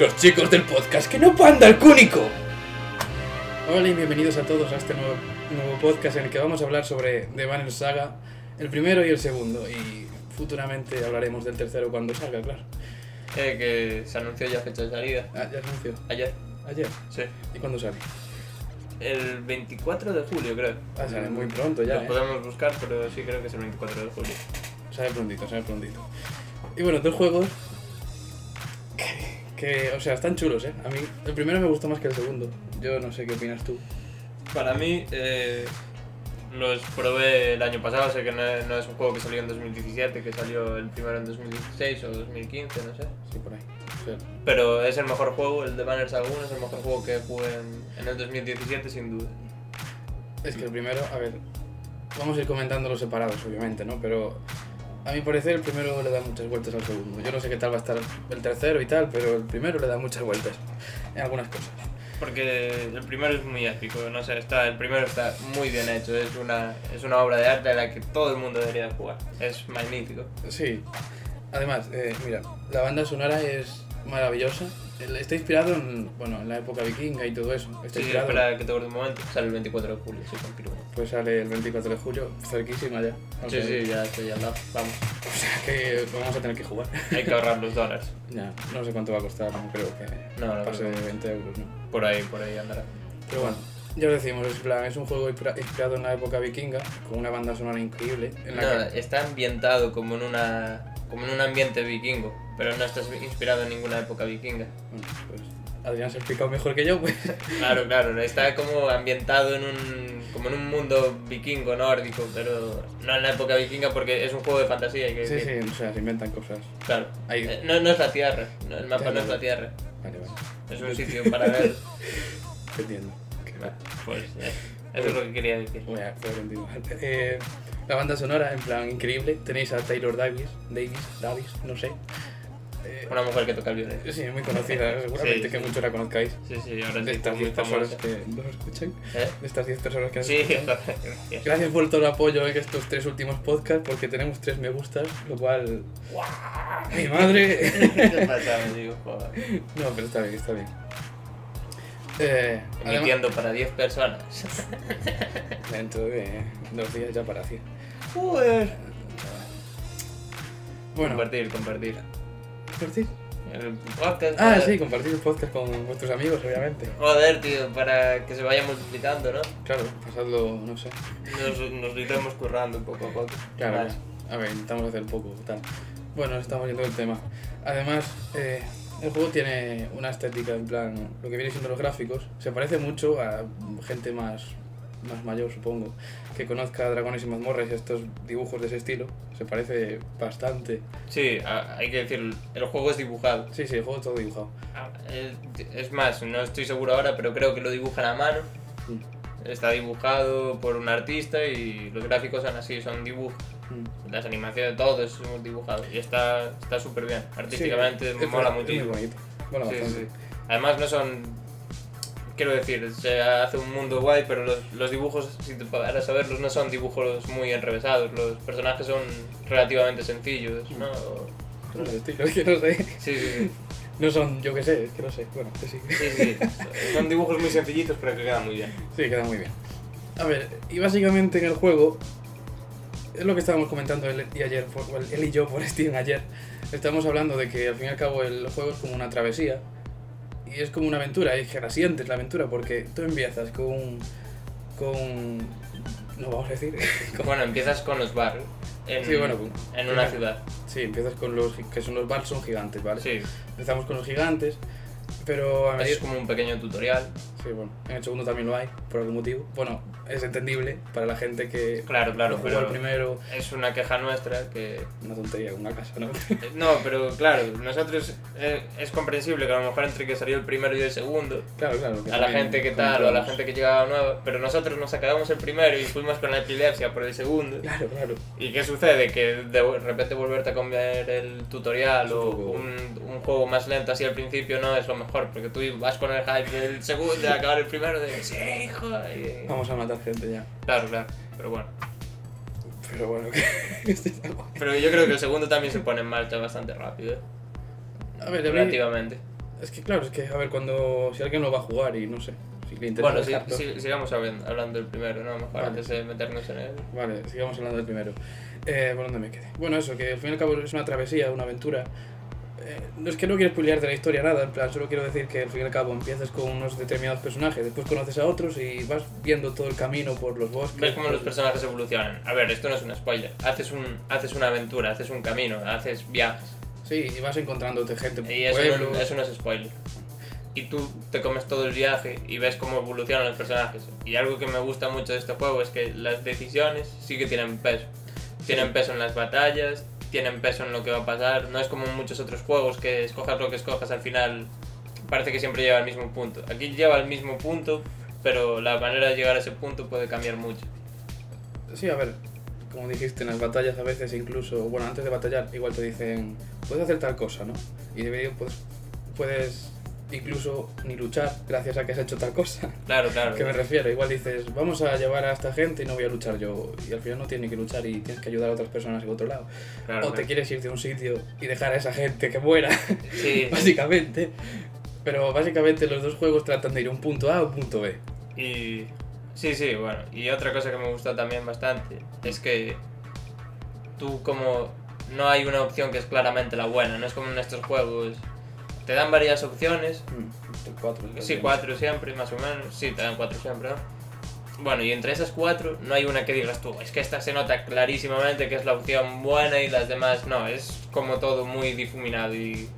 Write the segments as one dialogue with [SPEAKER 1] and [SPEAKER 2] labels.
[SPEAKER 1] Los chicos del podcast que no panda el cúnico. Hola y bienvenidos a todos a este nuevo, nuevo podcast en el que vamos a hablar sobre The Banner Saga, el primero y el segundo. Y futuramente hablaremos del tercero cuando salga, claro.
[SPEAKER 2] Eh, que se anunció ya fecha de salida.
[SPEAKER 1] Ah, ya se anunció.
[SPEAKER 2] Ayer,
[SPEAKER 1] Ayer.
[SPEAKER 2] sí.
[SPEAKER 1] ¿Y cuándo sale?
[SPEAKER 2] El 24 de julio, creo.
[SPEAKER 1] Ah, sale muy pronto ya.
[SPEAKER 2] Lo
[SPEAKER 1] ¿eh?
[SPEAKER 2] podemos buscar, pero sí creo que es el 24 de julio.
[SPEAKER 1] Sale prontito, sale prontito. Y bueno, dos juegos que, que, o sea, están chulos, ¿eh? A mí el primero me gustó más que el segundo. Yo no sé qué opinas tú.
[SPEAKER 2] Para mí, eh, los probé el año pasado, sé que no, no es un juego que salió en 2017, que salió el primero en 2016 o 2015, no sé.
[SPEAKER 1] Sí, por ahí. O sea,
[SPEAKER 2] Pero es el mejor juego, el de Banners Alguno es el mejor juego que jugué en, en el 2017 sin duda.
[SPEAKER 1] Es que el primero, a ver, vamos a ir comentando los separados, obviamente, ¿no? Pero a mi parecer el primero le da muchas vueltas al segundo. Yo no sé qué tal va a estar el tercero y tal, pero el primero le da muchas vueltas en algunas cosas.
[SPEAKER 2] Porque el primero es muy épico, no sé, está, el primero está muy bien hecho, es una, es una obra de arte a la que todo el mundo debería jugar, es magnífico.
[SPEAKER 1] Sí. Además, eh, mira, la banda sonora es maravillosa. El- Está inspirado en, bueno, en la época vikinga y todo eso. Está
[SPEAKER 2] Sí,
[SPEAKER 1] inspirado.
[SPEAKER 2] espera que te guarde un momento, sale el 24 de julio, sí, confirmo.
[SPEAKER 1] Pues sale el 24 de julio, cerquísima ya. O sea,
[SPEAKER 2] Sí, sí, ya estoy al lado, vamos,
[SPEAKER 1] O sea que vamos a tener que jugar.
[SPEAKER 2] hay que ahorrar los dólares,
[SPEAKER 1] Ya, no sé cuánto va a costar, no creo que
[SPEAKER 2] No, no
[SPEAKER 1] pase
[SPEAKER 2] creo.
[SPEAKER 1] de 20 euros, ¿no?
[SPEAKER 2] por ahí, por ahí andará.
[SPEAKER 1] Pero bueno, ya os decimos, es, en plan, es un juego inspira- inspirado en la época vikinga, con una banda sonora increíble. En la
[SPEAKER 2] No,
[SPEAKER 1] que-
[SPEAKER 2] está ambientado como en, una, como en un ambiente vikingo, pero no estás inspirado en ninguna época vikinga.
[SPEAKER 1] bueno, pues Adrián se ha explicado mejor que yo, pues.
[SPEAKER 2] Claro, claro, está como ambientado en un, como en un mundo vikingo, nórdico, pero no en la época vikinga porque es un juego de fantasía, hay que
[SPEAKER 1] Sí,
[SPEAKER 2] decir.
[SPEAKER 1] sí, o sea, se inventan cosas.
[SPEAKER 2] Claro.
[SPEAKER 1] Ahí.
[SPEAKER 2] Eh, No, no es la Tierra, no, el mapa
[SPEAKER 1] Ya,
[SPEAKER 2] no es
[SPEAKER 1] ya.
[SPEAKER 2] la Tierra,
[SPEAKER 1] Vale, vale,
[SPEAKER 2] es un sitio para ver.
[SPEAKER 1] te entiendo. Qué va.
[SPEAKER 2] Pues eh, eso es lo que quería decir.
[SPEAKER 1] Voy a voy a continuar. Eh, la banda sonora, en plan, increíble. Tenéis a Taylor Davis, Davis, Davis, no sé. Eh,
[SPEAKER 2] Una mujer que toca el violín.
[SPEAKER 1] sí, muy conocida, seguramente
[SPEAKER 2] Sí, sí.
[SPEAKER 1] que muchos la conozcáis.
[SPEAKER 2] Sí, sí, ahora
[SPEAKER 1] De
[SPEAKER 2] sí está
[SPEAKER 1] estas
[SPEAKER 2] muy
[SPEAKER 1] 10 personas
[SPEAKER 2] famosa.
[SPEAKER 1] que nos escuchan.
[SPEAKER 2] ¿Eh?
[SPEAKER 1] De estas 10 personas que nos
[SPEAKER 2] Sí,
[SPEAKER 1] escuchan.
[SPEAKER 2] joder, gracias.
[SPEAKER 1] Gracias por todo el apoyo en estos tres últimos podcasts, porque tenemos tres me gustas, lo cual. ¡Mi madre!
[SPEAKER 2] ¿Qué pasa? Me digo, joder.
[SPEAKER 1] No, pero está bien, está bien. Eh, además,
[SPEAKER 2] Emitiendo para 10 personas.
[SPEAKER 1] dentro de dos días ya para 100.
[SPEAKER 2] Joder.
[SPEAKER 1] Bueno,
[SPEAKER 2] Compartir, compartir.
[SPEAKER 1] compartir.
[SPEAKER 2] El podcast.
[SPEAKER 1] Ah,
[SPEAKER 2] joder.
[SPEAKER 1] sí, compartir el podcast con vuestros amigos, obviamente.
[SPEAKER 2] Joder, tío, para que se vaya multiplicando, ¿no?
[SPEAKER 1] Claro, pasadlo, no sé.
[SPEAKER 2] Nos, nos lo iremos currando poco a poco.
[SPEAKER 1] Claro,
[SPEAKER 2] Vale.
[SPEAKER 1] a ver, intentamos hacer poco, tal. Bueno, nos estamos yendo del tema. Además, eh, el juego tiene una estética, en plan, lo que viene siendo los gráficos, se parece mucho a gente más, más mayor, supongo, que conozca Dragones y Mazmorras y estos dibujos de ese estilo. Se parece bastante.
[SPEAKER 2] Sí, a- hay que decir, el juego es dibujado.
[SPEAKER 1] Sí, sí, el juego todo dibujado.
[SPEAKER 2] Ah, eh, Es más, no estoy seguro ahora, pero creo que lo dibujan a mano.
[SPEAKER 1] Mm,
[SPEAKER 2] Está dibujado por un artista y los gráficos son así, son dibujos.
[SPEAKER 1] mm.
[SPEAKER 2] Las animaciones, todo es un dibujado. Y está está súper bien. Artísticamente
[SPEAKER 1] Sí, es
[SPEAKER 2] mola
[SPEAKER 1] muy- Es muy
[SPEAKER 2] muchísimo.
[SPEAKER 1] bonito. Mola
[SPEAKER 2] Sí,
[SPEAKER 1] bastante.
[SPEAKER 2] sí. Además no son... Quiero decir, se hace un mundo guay, pero los, los dibujos, si te paras a verlos, no son dibujos muy enrevesados. Los personajes son relativamente sencillos, ¿no?
[SPEAKER 1] No sé, tío, es que no sé.
[SPEAKER 2] Sí, sí,
[SPEAKER 1] No son, yo qué sé, es que no sé. Bueno, que sí.
[SPEAKER 2] sí. sí, sí. Son dibujos muy sencillitos, pero que quedan muy bien.
[SPEAKER 1] Sí, queda muy bien. A ver, y básicamente en el juego, es lo que estábamos comentando él y, ayer, por- o él y yo por Steam ayer, estábamos hablando de que al fin y al cabo el juego es como una travesía y es como una aventura, y que la sientes la aventura porque tú empiezas con... con no vamos a decir. con-
[SPEAKER 2] Bueno, empiezas con los bar en,
[SPEAKER 1] Sí, bueno,
[SPEAKER 2] en una
[SPEAKER 1] sí.
[SPEAKER 2] ciudad.
[SPEAKER 1] sí, empiezas con los gi- que son los bars, son gigantes, ¿vale?
[SPEAKER 2] Sí,
[SPEAKER 1] Empezamos con los gigantes, pero a
[SPEAKER 2] es
[SPEAKER 1] medida-
[SPEAKER 2] como un pequeño tutorial.
[SPEAKER 1] Sí, bueno, en el segundo también lo hay, por algún motivo. Bueno, es entendible para la gente que...
[SPEAKER 2] Claro, claro,
[SPEAKER 1] no jugó al
[SPEAKER 2] pero
[SPEAKER 1] primero
[SPEAKER 2] es una queja nuestra que...
[SPEAKER 1] Una tontería, una casa, ¿no?
[SPEAKER 2] No, pero claro, nosotros eh, es comprensible que a lo mejor entre que salió el primero y el segundo,
[SPEAKER 1] Claro, claro.
[SPEAKER 2] a la gente que tal o a la gente que llegaba nueva, pero nosotros nos acabamos el primero y fuimos con la epilepsia por el segundo.
[SPEAKER 1] Claro, claro.
[SPEAKER 2] ¿Y qué sucede? Que de repente volverte a comer el tutorial
[SPEAKER 1] Es un
[SPEAKER 2] o
[SPEAKER 1] poco-
[SPEAKER 2] un, un juego más lento así al principio no es lo mejor, porque tú vas con el hype del segundo, de acabar el primero, de sí, hijo. y-
[SPEAKER 1] Vamos a matar gente ya.
[SPEAKER 2] Claro, claro, pero bueno.
[SPEAKER 1] Pero bueno, que... esto está guay.
[SPEAKER 2] Pero yo creo que el segundo también se pone en marcha bastante rápido,
[SPEAKER 1] a ver, a mí-
[SPEAKER 2] relativamente.
[SPEAKER 1] Es que claro, es que a ver, cuando. Si alguien lo va a jugar y no sé. Si le interesa
[SPEAKER 2] Bueno,
[SPEAKER 1] las
[SPEAKER 2] sí,
[SPEAKER 1] cartas-
[SPEAKER 2] sí, sigamos hablando, hablando del primero, ¿no? Mejor
[SPEAKER 1] Vale.
[SPEAKER 2] antes de meternos en él.
[SPEAKER 1] Vale, sigamos hablando del primero. Eh, ¿Por dónde me quedé? Bueno, eso, que al fin y al cabo es una travesía, una aventura. Eh, no es que no quiero spoilear de la historia nada, en plan, solo quiero decir que al fin y al cabo empiezas con unos determinados personajes, después conoces a otros y vas viendo todo el camino por los bosques.
[SPEAKER 2] Ves cómo
[SPEAKER 1] por-
[SPEAKER 2] los personajes evolucionan. A ver, esto no es un spoiler. Haces, un, haces una aventura, haces un camino, haces viajes.
[SPEAKER 1] Sí, y vas encontrándote gente por
[SPEAKER 2] Y eso no,
[SPEAKER 1] pueblos.
[SPEAKER 2] eso no es spoiler. Y tú te comes todo el viaje y ves cómo evolucionan los personajes. Y algo que me gusta mucho de este juego es que las decisiones sí que tienen peso. Tienen peso en las batallas, tienen peso en lo que va a pasar. No es como en muchos otros juegos que escojas lo que escojas al final parece que siempre lleva al mismo punto. Aquí lleva al mismo punto, pero la manera de llegar a ese punto puede cambiar mucho.
[SPEAKER 1] Sí, a ver, como dijiste, en las batallas a veces incluso, bueno, antes de batallar igual te dicen, puedes hacer tal cosa, ¿no? Y de vídeo pues, puedes incluso ni luchar gracias a que has hecho tal cosa.
[SPEAKER 2] Claro, claro.
[SPEAKER 1] ¿A qué me refiero? Igual dices, vamos a llevar a esta gente y no voy a luchar yo. Y al final no tiene que luchar y tienes que ayudar a otras personas en otro lado.
[SPEAKER 2] Claro,
[SPEAKER 1] o te
[SPEAKER 2] claro.
[SPEAKER 1] quieres ir de un sitio y dejar a esa gente que muera,
[SPEAKER 2] Sí,
[SPEAKER 1] básicamente. Pero básicamente los dos juegos tratan de ir a un punto A o un punto B.
[SPEAKER 2] Y sí, sí, bueno. Y otra cosa que me gustó también bastante es que tú como no hay una opción que es claramente la buena, no es como en estos juegos. Te dan varias opciones,
[SPEAKER 1] Mm, Cuatro,
[SPEAKER 2] sí, cuatro siempre, más o menos, sí, te dan cuatro siempre, ¿no? Bueno, y entre esas cuatro no hay una que digas tú, es que esta se nota clarísimamente que es la opción buena y las demás no, es como todo muy difuminado y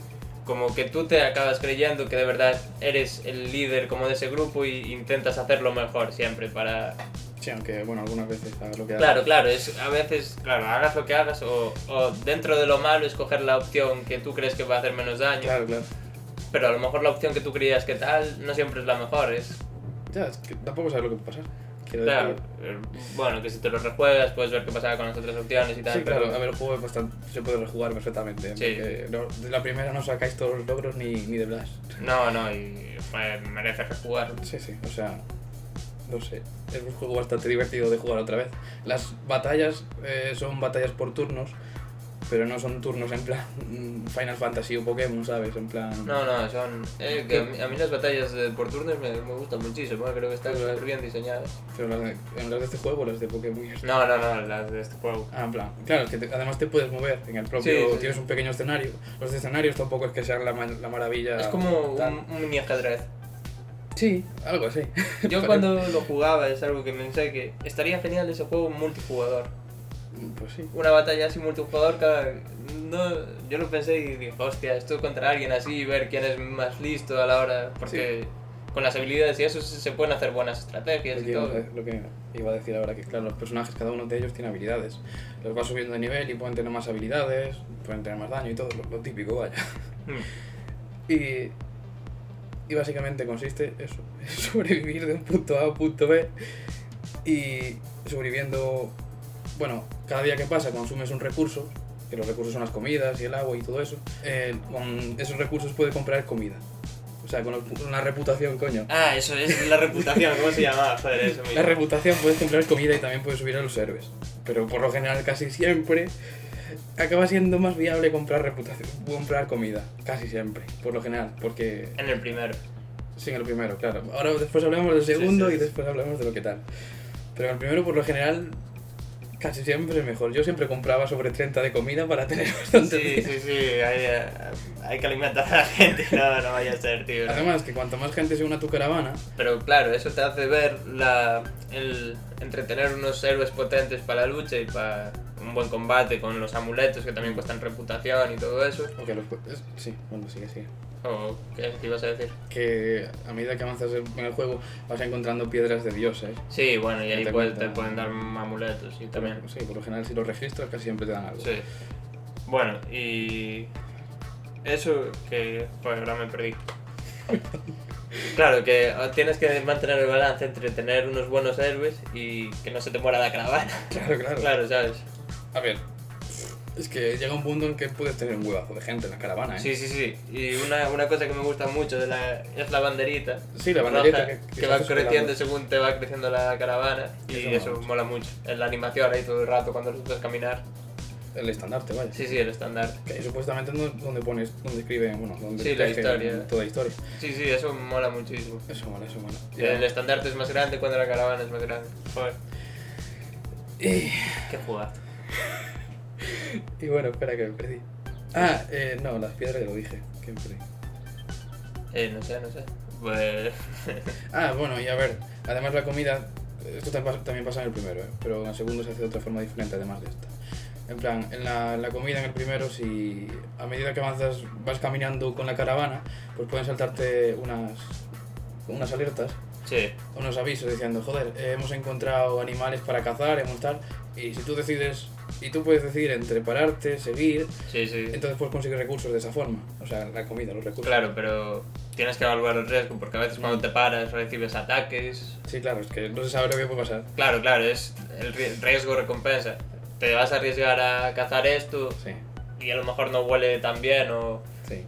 [SPEAKER 2] como que tú te acabas creyendo que de verdad eres el líder como de ese grupo y intentas hacerlo mejor siempre para...
[SPEAKER 1] Sí, aunque bueno, algunas veces hagas lo que hagas.
[SPEAKER 2] Claro, claro, es a veces, claro, hagas lo que hagas o, o dentro de lo malo escoger la opción que tú crees que va a hacer menos daño,
[SPEAKER 1] Claro, claro.
[SPEAKER 2] pero a lo mejor la opción que tú creías que tal no siempre es la mejor, es
[SPEAKER 1] Ya, es que tampoco sabes lo que va a pasar. Quiero
[SPEAKER 2] Claro,
[SPEAKER 1] decir-
[SPEAKER 2] eh, bueno, que si te lo rejuegas puedes ver qué pasaba con las otras opciones y tal.
[SPEAKER 1] Sí,
[SPEAKER 2] pero-
[SPEAKER 1] claro, a ver, el juego es bastante, se puede rejugar perfectamente.
[SPEAKER 2] Sí.
[SPEAKER 1] porque no- de la primera no sacáis todos los logros ni, ni de Blast.
[SPEAKER 2] No, no, y eh, merece rejugar.
[SPEAKER 1] Sí, sí, o sea, no sé, es un juego bastante divertido de jugar otra vez. Las batallas eh, son batallas por turnos, pero no son turnos en plan mm, Final Fantasy o Pokémon, ¿sabes? En plan...
[SPEAKER 2] No, no, son. eh, que a, mí, a mí las batallas eh, por turnos me, me gustan muchísimo, eh, creo que están
[SPEAKER 1] Claro.
[SPEAKER 2] súper bien diseñadas.
[SPEAKER 1] Pero las de, en las de este juego, las de Pokémon... y esto.
[SPEAKER 2] No, no, no, las de este juego.
[SPEAKER 1] Ah, en plan, claro, es que te- además te puedes mover en el propio...
[SPEAKER 2] Sí, sí.
[SPEAKER 1] Tienes un pequeño escenario. Los escenarios tampoco es que sean la, ma- la maravilla...
[SPEAKER 2] Es como
[SPEAKER 1] tal.
[SPEAKER 2] un, un mini ajedrez.
[SPEAKER 1] Sí, algo así.
[SPEAKER 2] Yo cuando lo jugaba es algo que pensé que estaría genial ese juego multijugador.
[SPEAKER 1] Pues sí.
[SPEAKER 2] Una batalla así multijugador, cada- no, yo lo pensé y dije, hostia, esto contra alguien así y ver quién es más listo a la hora, porque con las habilidades y eso se se pueden hacer buenas estrategias
[SPEAKER 1] Lo que,
[SPEAKER 2] y
[SPEAKER 1] iba
[SPEAKER 2] todo.
[SPEAKER 1] a, lo que iba a decir ahora, que claro, los personajes, cada uno de ellos tiene habilidades. Los vas subiendo de nivel y pueden tener más habilidades, pueden tener más daño y todo, lo, lo típico, vaya.
[SPEAKER 2] Mm.
[SPEAKER 1] Y, y básicamente consiste eso, en sobrevivir de un punto A a un punto B y sobreviviendo, bueno, cada día que pasa consumes un recurso, que los recursos son las comidas y el agua y todo eso. Eh, con esos recursos puedes comprar comida. O sea, con los pu- una reputación, coño.
[SPEAKER 2] Ah, eso es la reputación, ¿cómo se llamaba? Joder, eso mismo.
[SPEAKER 1] La reputación puedes comprar comida y también puedes subir a los héroes. Pero por lo general casi siempre acaba siendo más viable comprar reputación, comprar comida, casi siempre, por lo general, porque
[SPEAKER 2] En el primero.
[SPEAKER 1] sin el primero, claro. Ahora después hablamos del segundo
[SPEAKER 2] sí,
[SPEAKER 1] y
[SPEAKER 2] sí.
[SPEAKER 1] después hablamos de lo que tal. Pero el primero por lo general casi siempre es mejor. Yo siempre compraba sobre 30 de comida para tener bastante.
[SPEAKER 2] Sí, sí, sí, hay, eh, hay que alimentar a la gente, no, no vaya a ser, tío. no.
[SPEAKER 1] Además que cuanto más gente se une a tu caravana,
[SPEAKER 2] Pero claro, eso te hace ver la, el entretener unos héroes potentes para la lucha y para un buen combate con los amuletos que también cuestan reputación y todo eso.
[SPEAKER 1] o que los pu- es- sí, bueno, sigue, sigue.
[SPEAKER 2] ¿O qué, qué ibas a decir?
[SPEAKER 1] Que a medida que avanzas en el juego vas encontrando piedras de dioses.
[SPEAKER 2] Sí, bueno, y ahí
[SPEAKER 1] Te
[SPEAKER 2] pues, te
[SPEAKER 1] cuentan.
[SPEAKER 2] pueden dar amuletos y también.
[SPEAKER 1] Sí, por lo general si los registras casi siempre te dan algo.
[SPEAKER 2] Sí. Bueno, y. Eso que. Pues ahora me perdí. Claro, que tienes que mantener el balance entre tener unos buenos héroes y que no se te muera la caravana.
[SPEAKER 1] Claro, claro,
[SPEAKER 2] Claro, ¿sabes?
[SPEAKER 1] A ver, es que llega un punto en que puedes tener un huevazo de gente en la caravana, ¿eh?
[SPEAKER 2] Sí, sí, sí. Y una, una cosa que me gusta mucho de la, es la banderita.
[SPEAKER 1] Sí, la banderita
[SPEAKER 2] roja,
[SPEAKER 1] que-
[SPEAKER 2] que,
[SPEAKER 1] que
[SPEAKER 2] va
[SPEAKER 1] estás
[SPEAKER 2] creciendo
[SPEAKER 1] esperando.
[SPEAKER 2] según te va creciendo la caravana. Y
[SPEAKER 1] Eso mola
[SPEAKER 2] eso
[SPEAKER 1] mucho.
[SPEAKER 2] mola mucho. La animación ahí todo el rato cuando resultas caminar.
[SPEAKER 1] el estandarte, vaya.
[SPEAKER 2] Sí, sí, el estandarte.
[SPEAKER 1] Que ahí supuestamente no- donde pones, donde escribe, bueno, donde
[SPEAKER 2] Sí, la
[SPEAKER 1] tejen
[SPEAKER 2] historia.
[SPEAKER 1] toda la historia.
[SPEAKER 2] Sí, sí, eso mola muchísimo.
[SPEAKER 1] Eso mola, eso mola.
[SPEAKER 2] El estandarte es más grande cuando la caravana es más grande. Joder,
[SPEAKER 1] Y,
[SPEAKER 2] qué jugazo.
[SPEAKER 1] y bueno, espera que me perdí. Ah, eh, no, las piedras lo dije. Que me perdí.
[SPEAKER 2] Eh, no sé, no sé. Pues...
[SPEAKER 1] Ah, bueno, y a ver, además la comida, esto tam- también pasa en el primero, ¿eh? pero en el segundo se hace de otra forma diferente además de esta. En plan, en la, la comida en el primero, si a medida que avanzas vas caminando con la caravana, pues pueden saltarte unas, unas alertas,
[SPEAKER 2] sí,
[SPEAKER 1] unos avisos diciendo, joder, eh, hemos encontrado animales para cazar, hemos tal, y si tú decides, y tú puedes decidir entre pararte, seguir,
[SPEAKER 2] sí, sí.
[SPEAKER 1] entonces puedes conseguir recursos de esa forma, o sea, la comida, los recursos.
[SPEAKER 2] Claro, pero tienes que evaluar el riesgo porque a
[SPEAKER 1] Mm.
[SPEAKER 2] veces cuando te paras recibes ataques,
[SPEAKER 1] Sí, claro, es que no se sabe lo que puede pasar.
[SPEAKER 2] Claro, claro, es el ri- riesgo-recompensa. Te vas a arriesgar a cazar esto
[SPEAKER 1] Sí,
[SPEAKER 2] y a lo mejor no huele tan bien o,
[SPEAKER 1] sí.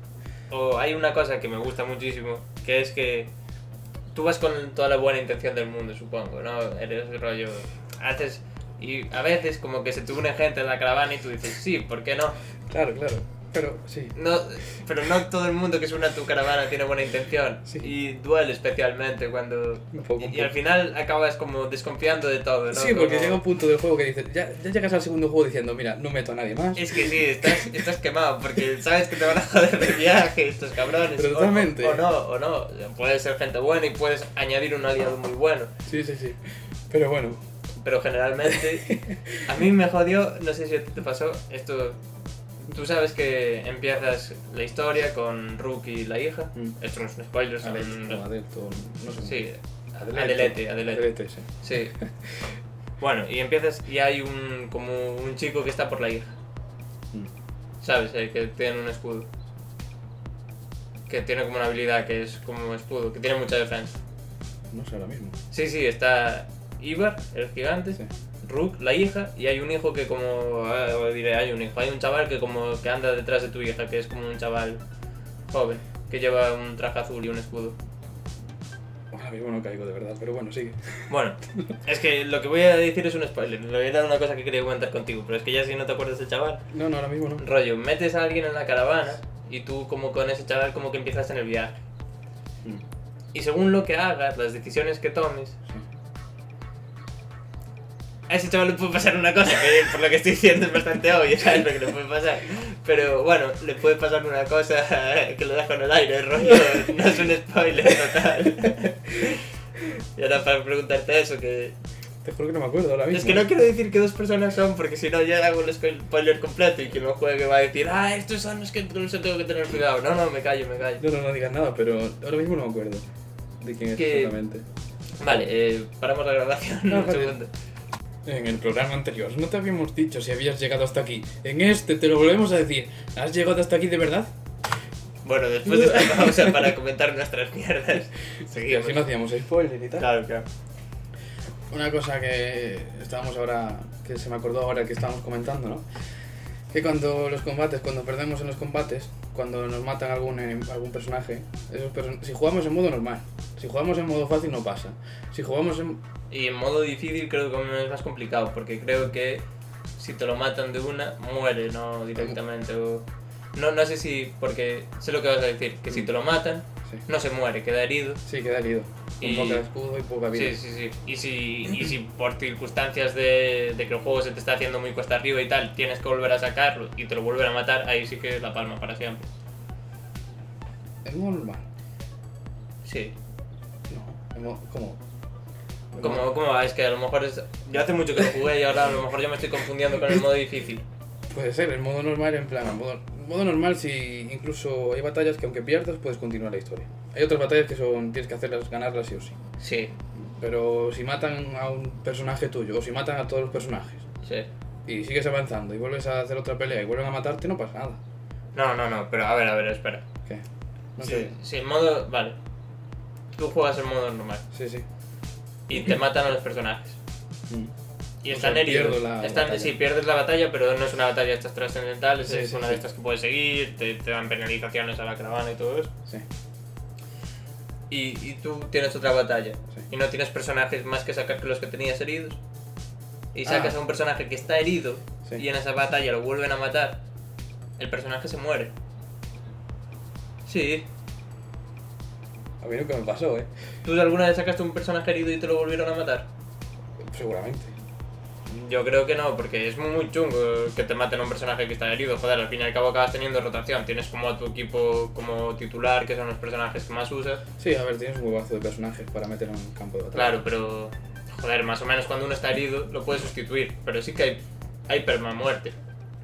[SPEAKER 2] o hay una cosa que me gusta muchísimo, que es que tú vas con toda la buena intención del mundo, supongo, ¿no? Eres rollo... Haces... Y a veces como que se te une gente en la caravana y tú dices, sí, ¿por qué no?
[SPEAKER 1] Claro, claro. Pero sí.
[SPEAKER 2] no pero no todo el mundo que se une a tu caravana tiene buena intención.
[SPEAKER 1] Sí.
[SPEAKER 2] Y duele especialmente cuando...
[SPEAKER 1] Un poco,
[SPEAKER 2] y,
[SPEAKER 1] un
[SPEAKER 2] y al
[SPEAKER 1] poco.
[SPEAKER 2] final acabas como desconfiando de todo, ¿no?
[SPEAKER 1] sí, porque
[SPEAKER 2] Como-
[SPEAKER 1] llega un punto del juego que dices, ya, ya llegas al segundo juego diciendo, mira, no meto a nadie más.
[SPEAKER 2] Es que sí, estás, estás quemado porque sabes que te van a joder de viaje estos cabrones.
[SPEAKER 1] Pero
[SPEAKER 2] o-
[SPEAKER 1] totalmente.
[SPEAKER 2] O, no, o no. Puede ser gente buena y puedes añadir un aliado muy bueno.
[SPEAKER 1] Sí, sí, sí. Pero bueno,
[SPEAKER 2] Pero generalmente, a mí me jodió, no sé si a ti te pasó, esto... Tú sabes que empiezas la historia con Rookie y la hija.
[SPEAKER 1] Mm.
[SPEAKER 2] Esto no es un spoiler, son...
[SPEAKER 1] adepto, o adepto, no sé.
[SPEAKER 2] Sí,
[SPEAKER 1] Adelete.
[SPEAKER 2] adelete, adelete.
[SPEAKER 1] Adelete, sí.
[SPEAKER 2] Sí. Bueno, y empiezas y hay un como un chico que está por la hija.
[SPEAKER 1] Mm.
[SPEAKER 2] ¿Sabes? El que tiene un escudo. Que tiene como una habilidad que es como un escudo, que tiene mucha defensa.
[SPEAKER 1] No sé ahora mismo.
[SPEAKER 2] Sí, sí, está Ibar, el gigante,
[SPEAKER 1] Sí.
[SPEAKER 2] Rook, la hija, y hay un hijo que como... ah, diré, hay un hijo, hay un chaval que como que anda detrás de tu hija, que es como un chaval joven, que lleva un traje azul y un escudo.
[SPEAKER 1] Ahora mismo no caigo de verdad, pero bueno, sigue.
[SPEAKER 2] Bueno, es que lo que voy a decir es un spoiler. Lo era una cosa que quería comentar contigo, pero es que ya si no te acuerdas del chaval,
[SPEAKER 1] No, no, ahora mismo no.
[SPEAKER 2] rollo, metes a alguien en la caravana y tú como con ese chaval como que empiezas en el viaje.
[SPEAKER 1] Mm,
[SPEAKER 2] Y según lo que hagas, las decisiones que tomes,
[SPEAKER 1] sí.
[SPEAKER 2] a ese chaval le puede pasar una cosa, que por lo que estoy diciendo es bastante obvio, ¿sabes lo que le puede pasar? Pero bueno, le puede pasar una cosa que lo deja en el aire, rollo, no es un spoiler total. Y ahora para preguntarte eso, que
[SPEAKER 1] Te juro que no me acuerdo ahora mismo. ¿eh?
[SPEAKER 2] Es que no quiero decir que dos personas son, porque si no ya hago el spoiler completo y quien lo juegue va a decir, ah, estos son los que con los que tengo que tener cuidado. No, no, me callo, me callo.
[SPEAKER 1] No, no, no digas nada, pero ahora mismo no me acuerdo de quién es
[SPEAKER 2] Que-
[SPEAKER 1] exactamente.
[SPEAKER 2] Vale, eh, paramos la grabación
[SPEAKER 1] No,
[SPEAKER 2] un
[SPEAKER 1] vale.
[SPEAKER 2] segundo.
[SPEAKER 1] En el programa anterior no te habíamos dicho si habías llegado hasta aquí. En este te lo volvemos a decir. ¿Has llegado hasta aquí de verdad?
[SPEAKER 2] Bueno, después de esta pausa para comentar nuestras mierdas,
[SPEAKER 1] Y
[SPEAKER 2] seguimos.
[SPEAKER 1] así no hacíamos spoiler y tal.
[SPEAKER 2] pues. Claro, claro.
[SPEAKER 1] Una cosa que estábamos ahora, que se me acordó ahora que estábamos comentando, ¿no? Que cuando los combates, cuando perdemos en los combates, cuando nos matan algún, enem- algún personaje, esos person- si jugamos en modo normal, si jugamos en modo fácil no pasa. Si jugamos en...
[SPEAKER 2] Y en modo difícil creo que es más complicado, porque creo que si te lo matan de una, muere, no directamente. o- No, no sé si, porque sé lo que vas a decir, que si te lo matan,
[SPEAKER 1] Sí,
[SPEAKER 2] no se muere, queda herido.
[SPEAKER 1] sí queda herido. Con
[SPEAKER 2] Y-
[SPEAKER 1] poca escudo y poca vida.
[SPEAKER 2] Sí, sí, sí. Y si, y si por circunstancias de, de que el juego se te está haciendo muy cuesta arriba y tal, tienes que volver a sacarlo y te lo vuelven a matar, ahí sí que es la palma para siempre.
[SPEAKER 1] En modo normal.
[SPEAKER 2] Sí.
[SPEAKER 1] No. En modo... ¿Cómo? En
[SPEAKER 2] ¿Cómo,
[SPEAKER 1] modo-
[SPEAKER 2] cómo va? Es que a lo mejor es... Yo hace mucho que lo jugué y ahora a lo mejor yo me estoy confundiendo con el modo difícil.
[SPEAKER 1] Puede ser, en modo normal en plan... En modo, en modo normal si incluso hay batallas que aunque pierdas puedes continuar la historia. Hay otras batallas que son... Tienes que hacerlas, ganarlas sí o sí.
[SPEAKER 2] Sí,
[SPEAKER 1] Pero si matan a un personaje tuyo, o si matan a todos los personajes,
[SPEAKER 2] sí.
[SPEAKER 1] y sigues avanzando, y vuelves a hacer otra pelea, y vuelven a matarte, no pasa nada.
[SPEAKER 2] No, no, no, pero a ver, a ver, espera.
[SPEAKER 1] ¿Qué? No
[SPEAKER 2] sí,
[SPEAKER 1] sé.
[SPEAKER 2] sí, en modo... Vale. Tú juegas en modo normal
[SPEAKER 1] Sí, sí.
[SPEAKER 2] y te matan a los personajes. Y
[SPEAKER 1] O
[SPEAKER 2] están
[SPEAKER 1] sea, pierdo
[SPEAKER 2] heridos.
[SPEAKER 1] la
[SPEAKER 2] están,
[SPEAKER 1] batalla.
[SPEAKER 2] sí, pierdes la batalla, pero no es una batalla de estas trascendentales,
[SPEAKER 1] Sí,
[SPEAKER 2] es
[SPEAKER 1] sí,
[SPEAKER 2] una
[SPEAKER 1] sí.
[SPEAKER 2] de estas que puedes seguir, te, te dan penalizaciones a la caravana y todo eso.
[SPEAKER 1] Sí,
[SPEAKER 2] Y, y tú tienes otra batalla.
[SPEAKER 1] Sí.
[SPEAKER 2] Y no tienes personajes más que sacar que los que tenías heridos. Y
[SPEAKER 1] Ah.
[SPEAKER 2] sacas a un personaje que está herido
[SPEAKER 1] Sí.
[SPEAKER 2] y en esa batalla lo vuelven a matar, el personaje se muere. Sí.
[SPEAKER 1] A mí nunca me pasó, ¿eh?
[SPEAKER 2] ¿Tú alguna vez sacaste un personaje herido y te lo volvieron a matar?
[SPEAKER 1] Seguramente.
[SPEAKER 2] Yo creo que no, porque es muy chungo que te maten a un personaje que está herido. Joder, al fin y al cabo acabas teniendo rotación. Tienes como a tu equipo como titular, que son los personajes que más usas.
[SPEAKER 1] Sí, a ver, tienes un huevazo de personajes para meter en un campo de batalla.
[SPEAKER 2] Claro, pero. Joder, más o menos cuando uno está herido lo puedes sustituir. Pero sí que hay, hay permamuerte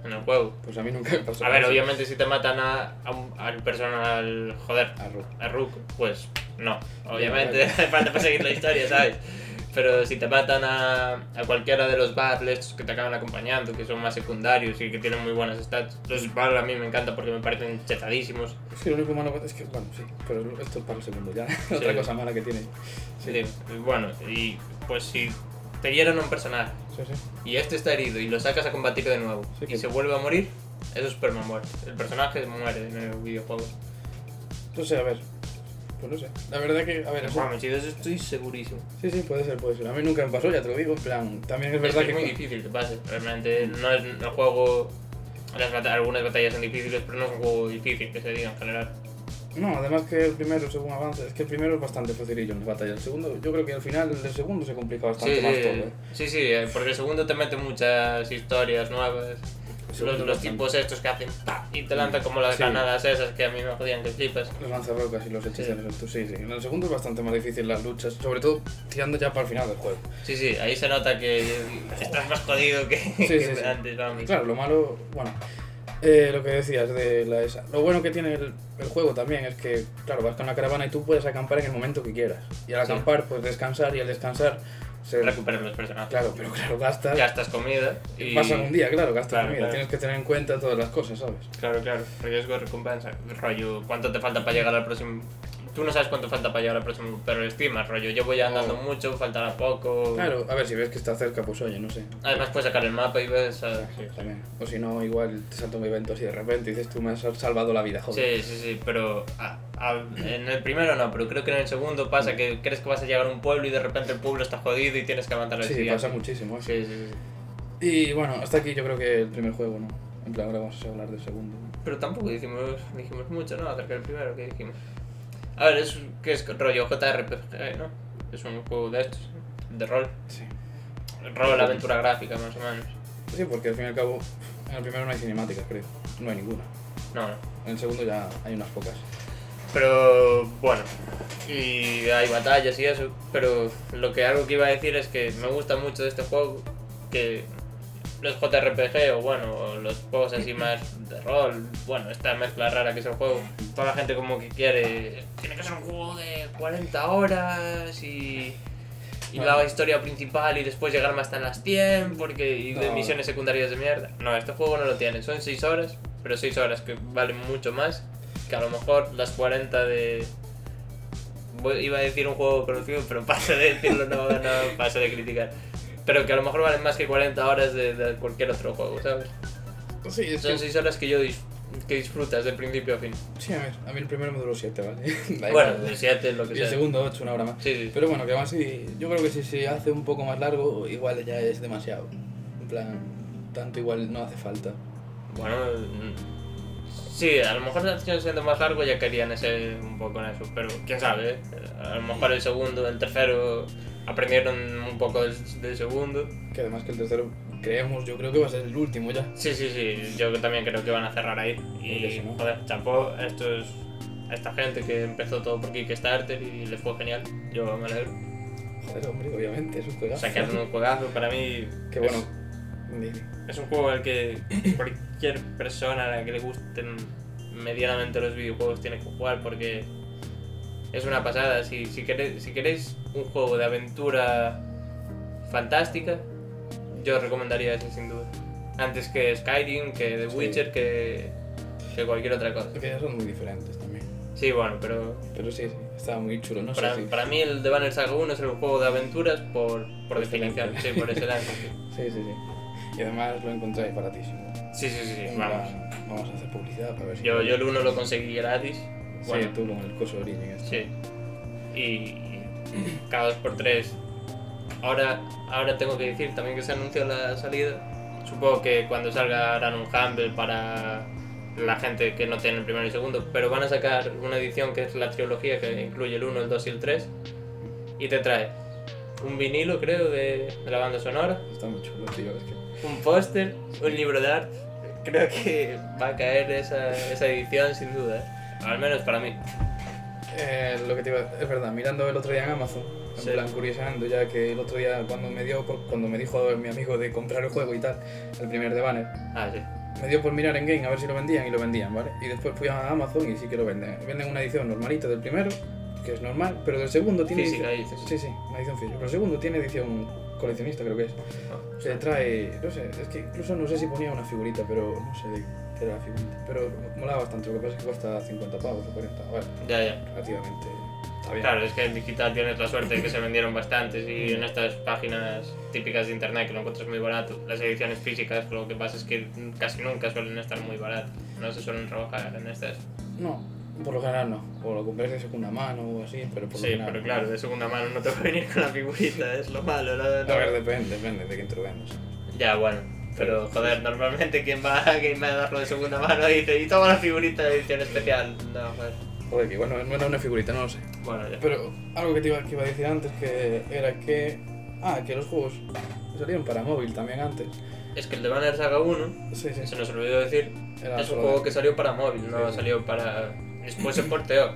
[SPEAKER 2] en el juego.
[SPEAKER 1] Pues a mí nunca me pasó.
[SPEAKER 2] A ver,
[SPEAKER 1] eso.
[SPEAKER 2] obviamente si te matan a, a un- al personal. Joder,
[SPEAKER 1] A Ru.
[SPEAKER 2] a Rook, pues no. Obviamente, falta para seguir la historia, ¿sabes? Pero si te matan a, a cualquiera de los Bartlets que te acaban acompañando, que son más secundarios y que tienen muy buenas stats, los Bartlets a mí me encantan porque me parecen chetadísimos.
[SPEAKER 1] Sí, lo único malo es que, bueno, sí, pero esto es para el segundo ya. Otra cosa mala que tiene. Sí,
[SPEAKER 2] Eh, Bueno, y pues si te hieren a un personaje
[SPEAKER 1] sí. sí.
[SPEAKER 2] y este está herido y lo sacas a combatir de nuevo
[SPEAKER 1] Sí,
[SPEAKER 2] y
[SPEAKER 1] que-
[SPEAKER 2] se vuelve a morir, eso es permamuerte. El personaje muere en el videojuego.
[SPEAKER 1] No sé, a ver. Pues no sé. La verdad que, a ver, eso-
[SPEAKER 2] Vamos, yo de eso estoy segurísimo.
[SPEAKER 1] Sí, sí, puede ser, puede ser. A mí nunca me pasó, ya te lo digo. En plan, también es
[SPEAKER 2] Es
[SPEAKER 1] verdad
[SPEAKER 2] que es muy difícil que pase, realmente. No es un juego. las bata- algunas batallas son difíciles, pero no es un juego difícil que se diga en general.
[SPEAKER 1] No, además que el primero, según avance, es que el primero es bastante facilillo en las batallas. El segundo, yo creo que al final el del segundo se complica bastante
[SPEAKER 2] Sí,
[SPEAKER 1] más todo. ¿eh?
[SPEAKER 2] sí, sí, eh, porque el segundo te mete muchas historias nuevas.
[SPEAKER 1] El segundo
[SPEAKER 2] Los, los
[SPEAKER 1] bastante.
[SPEAKER 2] tipos estos que hacen ¡pa! y te lanzan como las
[SPEAKER 1] Sí.
[SPEAKER 2] granadas esas que a mí me jodían que flipas.
[SPEAKER 1] Los lanzarrocas y los hechiceros, estos, sí, sí. En el segundo es bastante más difícil las luchas, sobre todo tirando ya para el final del juego.
[SPEAKER 2] Sí, sí, ahí se nota que estás más jodido que,
[SPEAKER 1] sí,
[SPEAKER 2] que
[SPEAKER 1] sí.
[SPEAKER 2] antes, vamos.
[SPEAKER 1] Claro, lo malo, bueno, eh, lo que decías de la esa. Lo bueno que tiene el, el juego también es que, claro, vas con la caravana y tú puedes acampar en el momento que quieras. Y al
[SPEAKER 2] Sí.
[SPEAKER 1] acampar, pues descansar y al descansar, se...
[SPEAKER 2] Recuperas los personajes.
[SPEAKER 1] claro, pero claro, gastas.
[SPEAKER 2] Gastas comida y.
[SPEAKER 1] Pasa un día, claro, gastas
[SPEAKER 2] Claro,
[SPEAKER 1] comida.
[SPEAKER 2] claro.
[SPEAKER 1] Tienes que tener en cuenta todas las cosas, ¿sabes?
[SPEAKER 2] Claro, claro. Riesgo, recompensa. Rollo, ¿cuánto te falta para llegar al próximo? Tú no sabes cuánto falta para llegar al próximo, pero estimas, rollo, yo voy andando
[SPEAKER 1] No.
[SPEAKER 2] mucho, faltará poco.
[SPEAKER 1] Oh. Claro, a ver, si ves que está cerca, pues oye, no sé.
[SPEAKER 2] Además puedes sacar el mapa y ves... ¿sabes?
[SPEAKER 1] Sí, también. O si no, igual te salta un evento así de repente y dices tú me has salvado la vida, joder.
[SPEAKER 2] Sí, sí, sí, pero a- a- en el primero no, pero creo que en el segundo pasa
[SPEAKER 1] Mm.
[SPEAKER 2] que crees que vas a llegar a un pueblo y de repente el pueblo está jodido y tienes que aguantar el
[SPEAKER 1] Sí,
[SPEAKER 2] siguiente.
[SPEAKER 1] pasa muchísimo. eso.
[SPEAKER 2] Sí, sí, sí.
[SPEAKER 1] Y bueno, hasta aquí yo creo que el primer juego, ¿no? En plan, ahora vamos a hablar del segundo. ¿no?
[SPEAKER 2] Pero tampoco dijimos, dijimos mucho, ¿no? Acerca del primero que dijimos. A ver, es que es rollo JRPG, ¿no? Es un juego de estos, de rol.
[SPEAKER 1] Sí.
[SPEAKER 2] Rol, aventura gráfica, más o menos.
[SPEAKER 1] Sí, porque al fin y al cabo, en el primero no hay cinemáticas, creo. No hay ninguna.
[SPEAKER 2] No, no.
[SPEAKER 1] En el segundo ya hay unas pocas.
[SPEAKER 2] Pero bueno, y hay batallas y eso, pero lo que algo que iba a decir es que me gusta mucho de este juego que los JRPG o bueno, o los juegos así más de rol, bueno, esta mezcla rara que es el juego, toda la gente como que quiere, tiene que ser un juego de 40 horas y, y la
[SPEAKER 1] Bueno.
[SPEAKER 2] historia principal y después llegar más hasta las 100 porque y de
[SPEAKER 1] No.
[SPEAKER 2] misiones secundarias de mierda. No, este juego no lo tiene, son 6 horas, pero 6 horas que valen mucho más que a lo mejor las 40 de... voy- Iba a decir un juego conocido, pero paso de decirlo, no, no paso de criticar. Pero que a lo mejor valen más que 40 horas de, de cualquier otro juego, ¿sabes?
[SPEAKER 1] Sí, es
[SPEAKER 2] Son
[SPEAKER 1] que-
[SPEAKER 2] 6 horas que yo dis- que disfrutas de principio a fin.
[SPEAKER 1] sí, a ver, a mí el primero me duró 7, ¿vale? Da
[SPEAKER 2] Bueno,
[SPEAKER 1] igual.
[SPEAKER 2] de 7, lo que
[SPEAKER 1] y el
[SPEAKER 2] sea.
[SPEAKER 1] segundo 8, una hora más.
[SPEAKER 2] Sí, sí.
[SPEAKER 1] Pero bueno, que aún así, yo creo que si se hace un poco más largo, igual ya es demasiado. En plan, tanto igual no hace falta.
[SPEAKER 2] Bueno, mm, sí, a lo mejor la acción siendo más largo ya querían ese un poco en eso, pero quién sabe, ¿eh? A lo mejor el segundo, el tercero aprendieron un poco del, del segundo.
[SPEAKER 1] Que además que el tercero, creemos, yo creo que va a ser el último ya.
[SPEAKER 2] Sí, sí, sí, yo también creo que van a cerrar ahí.
[SPEAKER 1] Creo que sí,
[SPEAKER 2] Y
[SPEAKER 1] ¿no?
[SPEAKER 2] joder, chapó a estos- a esta gente que empezó todo por Kickstarter y le fue genial. Yo me alegro.
[SPEAKER 1] Joder, hombre, obviamente, es un
[SPEAKER 2] O
[SPEAKER 1] juegazo.
[SPEAKER 2] sea, que es un juegazo para mí.
[SPEAKER 1] Que
[SPEAKER 2] es-
[SPEAKER 1] Ah, bueno. ni-
[SPEAKER 2] Es un juego al que cualquier persona a la que le gusten medianamente los videojuegos tiene que jugar porque es una pasada. Si, si, queréis, si queréis un juego de aventura fantástica, yo os recomendaría ese sin duda. Antes que Skyrim, que The
[SPEAKER 1] Sí.
[SPEAKER 2] Witcher, que, que cualquier otra cosa.
[SPEAKER 1] Porque ya son muy diferentes también.
[SPEAKER 2] Sí, bueno, pero
[SPEAKER 1] Pero sí, sí, estaba muy chulo, no
[SPEAKER 2] para,
[SPEAKER 1] sé si...
[SPEAKER 2] para mí el The Banner Saga 1 es el juego de aventuras por, por
[SPEAKER 1] Por
[SPEAKER 2] definición, sí,
[SPEAKER 1] excelencia.
[SPEAKER 2] por excelencia.
[SPEAKER 1] Sí, sí, sí. Y además lo encontráis baratísimo.
[SPEAKER 2] Sí, sí, sí, sí,
[SPEAKER 1] En
[SPEAKER 2] vamos.
[SPEAKER 1] plan, Vamos a hacer publicidad para ver si...
[SPEAKER 2] Yo, yo el 1 lo conseguí gratis.
[SPEAKER 1] Sí,
[SPEAKER 2] Bueno,
[SPEAKER 1] tú con el coso Origin. este.
[SPEAKER 2] Sí. Y cada dos por tres. Ahora, ahora tengo que decir también que se anunció la salida Supongo que cuando salga harán un Humble para la gente que no tiene el primero y segundo, pero van a sacar una edición que es la trilogía que incluye el 1, el 2 y el 3 y te trae un vinilo, creo, de, de la banda sonora,
[SPEAKER 3] Está muy chulo, tío. Es que...
[SPEAKER 2] un póster, un libro de arte. Creo que va a caer esa, esa edición sin duda, ¿eh? al menos para mí.
[SPEAKER 1] Eh, lo que te iba es verdad, mirando el otro día en Amazon, en
[SPEAKER 2] Sí.
[SPEAKER 1] plan curiosando ya que el otro día cuando me dio por- cuando me dijo mi amigo de comprar el juego y tal, el primer de Banner,
[SPEAKER 2] Ah, sí.
[SPEAKER 1] me dio por mirar en Game a ver si lo vendían y lo vendían, ¿vale? Y después fui a Amazon y sí que lo venden. Venden una edición normalita del primero, que es normal, pero del segundo tiene
[SPEAKER 2] Física,
[SPEAKER 1] edición-
[SPEAKER 2] dices.
[SPEAKER 1] Sí, sí, una edición física. Pero el segundo tiene edición coleccionista, creo que es.
[SPEAKER 2] Ah.
[SPEAKER 1] Se trae, no sé, es que incluso no sé si ponía una figurita, pero no sé de qué era la figurita. Pero molaba bastante, lo que pasa es que cuesta 50 pavos o 40, bueno,
[SPEAKER 2] Ya, ya.
[SPEAKER 1] relativamente está bien.
[SPEAKER 2] Claro, es que en digital tienes la suerte de que se vendieron bastantes y en estas páginas típicas de internet que lo encuentras muy barato, las ediciones físicas lo que pasa es que casi nunca suelen estar muy baratas, no se suelen trabajar en estas.
[SPEAKER 1] No, por lo general no. O lo compras de segunda mano o así, pero por lo
[SPEAKER 2] Sí,
[SPEAKER 1] general.
[SPEAKER 2] pero
[SPEAKER 1] no.
[SPEAKER 2] claro, de segunda mano no te va a venir con la figurita, es lo malo. lo- lo-
[SPEAKER 1] A ver, depende, depende de quién te lo vendas.
[SPEAKER 2] Ya, bueno, pero joder, normalmente quien va a Game a darlo de segunda mano dice, y toma la figurita de edición especial. No, joder.
[SPEAKER 1] Joder, que igual no, no era una figurita, no lo sé.
[SPEAKER 2] Bueno, ya.
[SPEAKER 1] Pero algo que te iba, que iba a decir antes que era que. Ah, que los juegos salieron para móvil también antes.
[SPEAKER 2] Es que el de Banner Saga 1,
[SPEAKER 1] Sí, sí.
[SPEAKER 2] se nos olvidó decir,
[SPEAKER 1] Era
[SPEAKER 2] es un
[SPEAKER 1] solo
[SPEAKER 2] juego
[SPEAKER 1] de-
[SPEAKER 2] que salió para móvil, no
[SPEAKER 1] Sí, sí.
[SPEAKER 2] salió para. Después se porteó.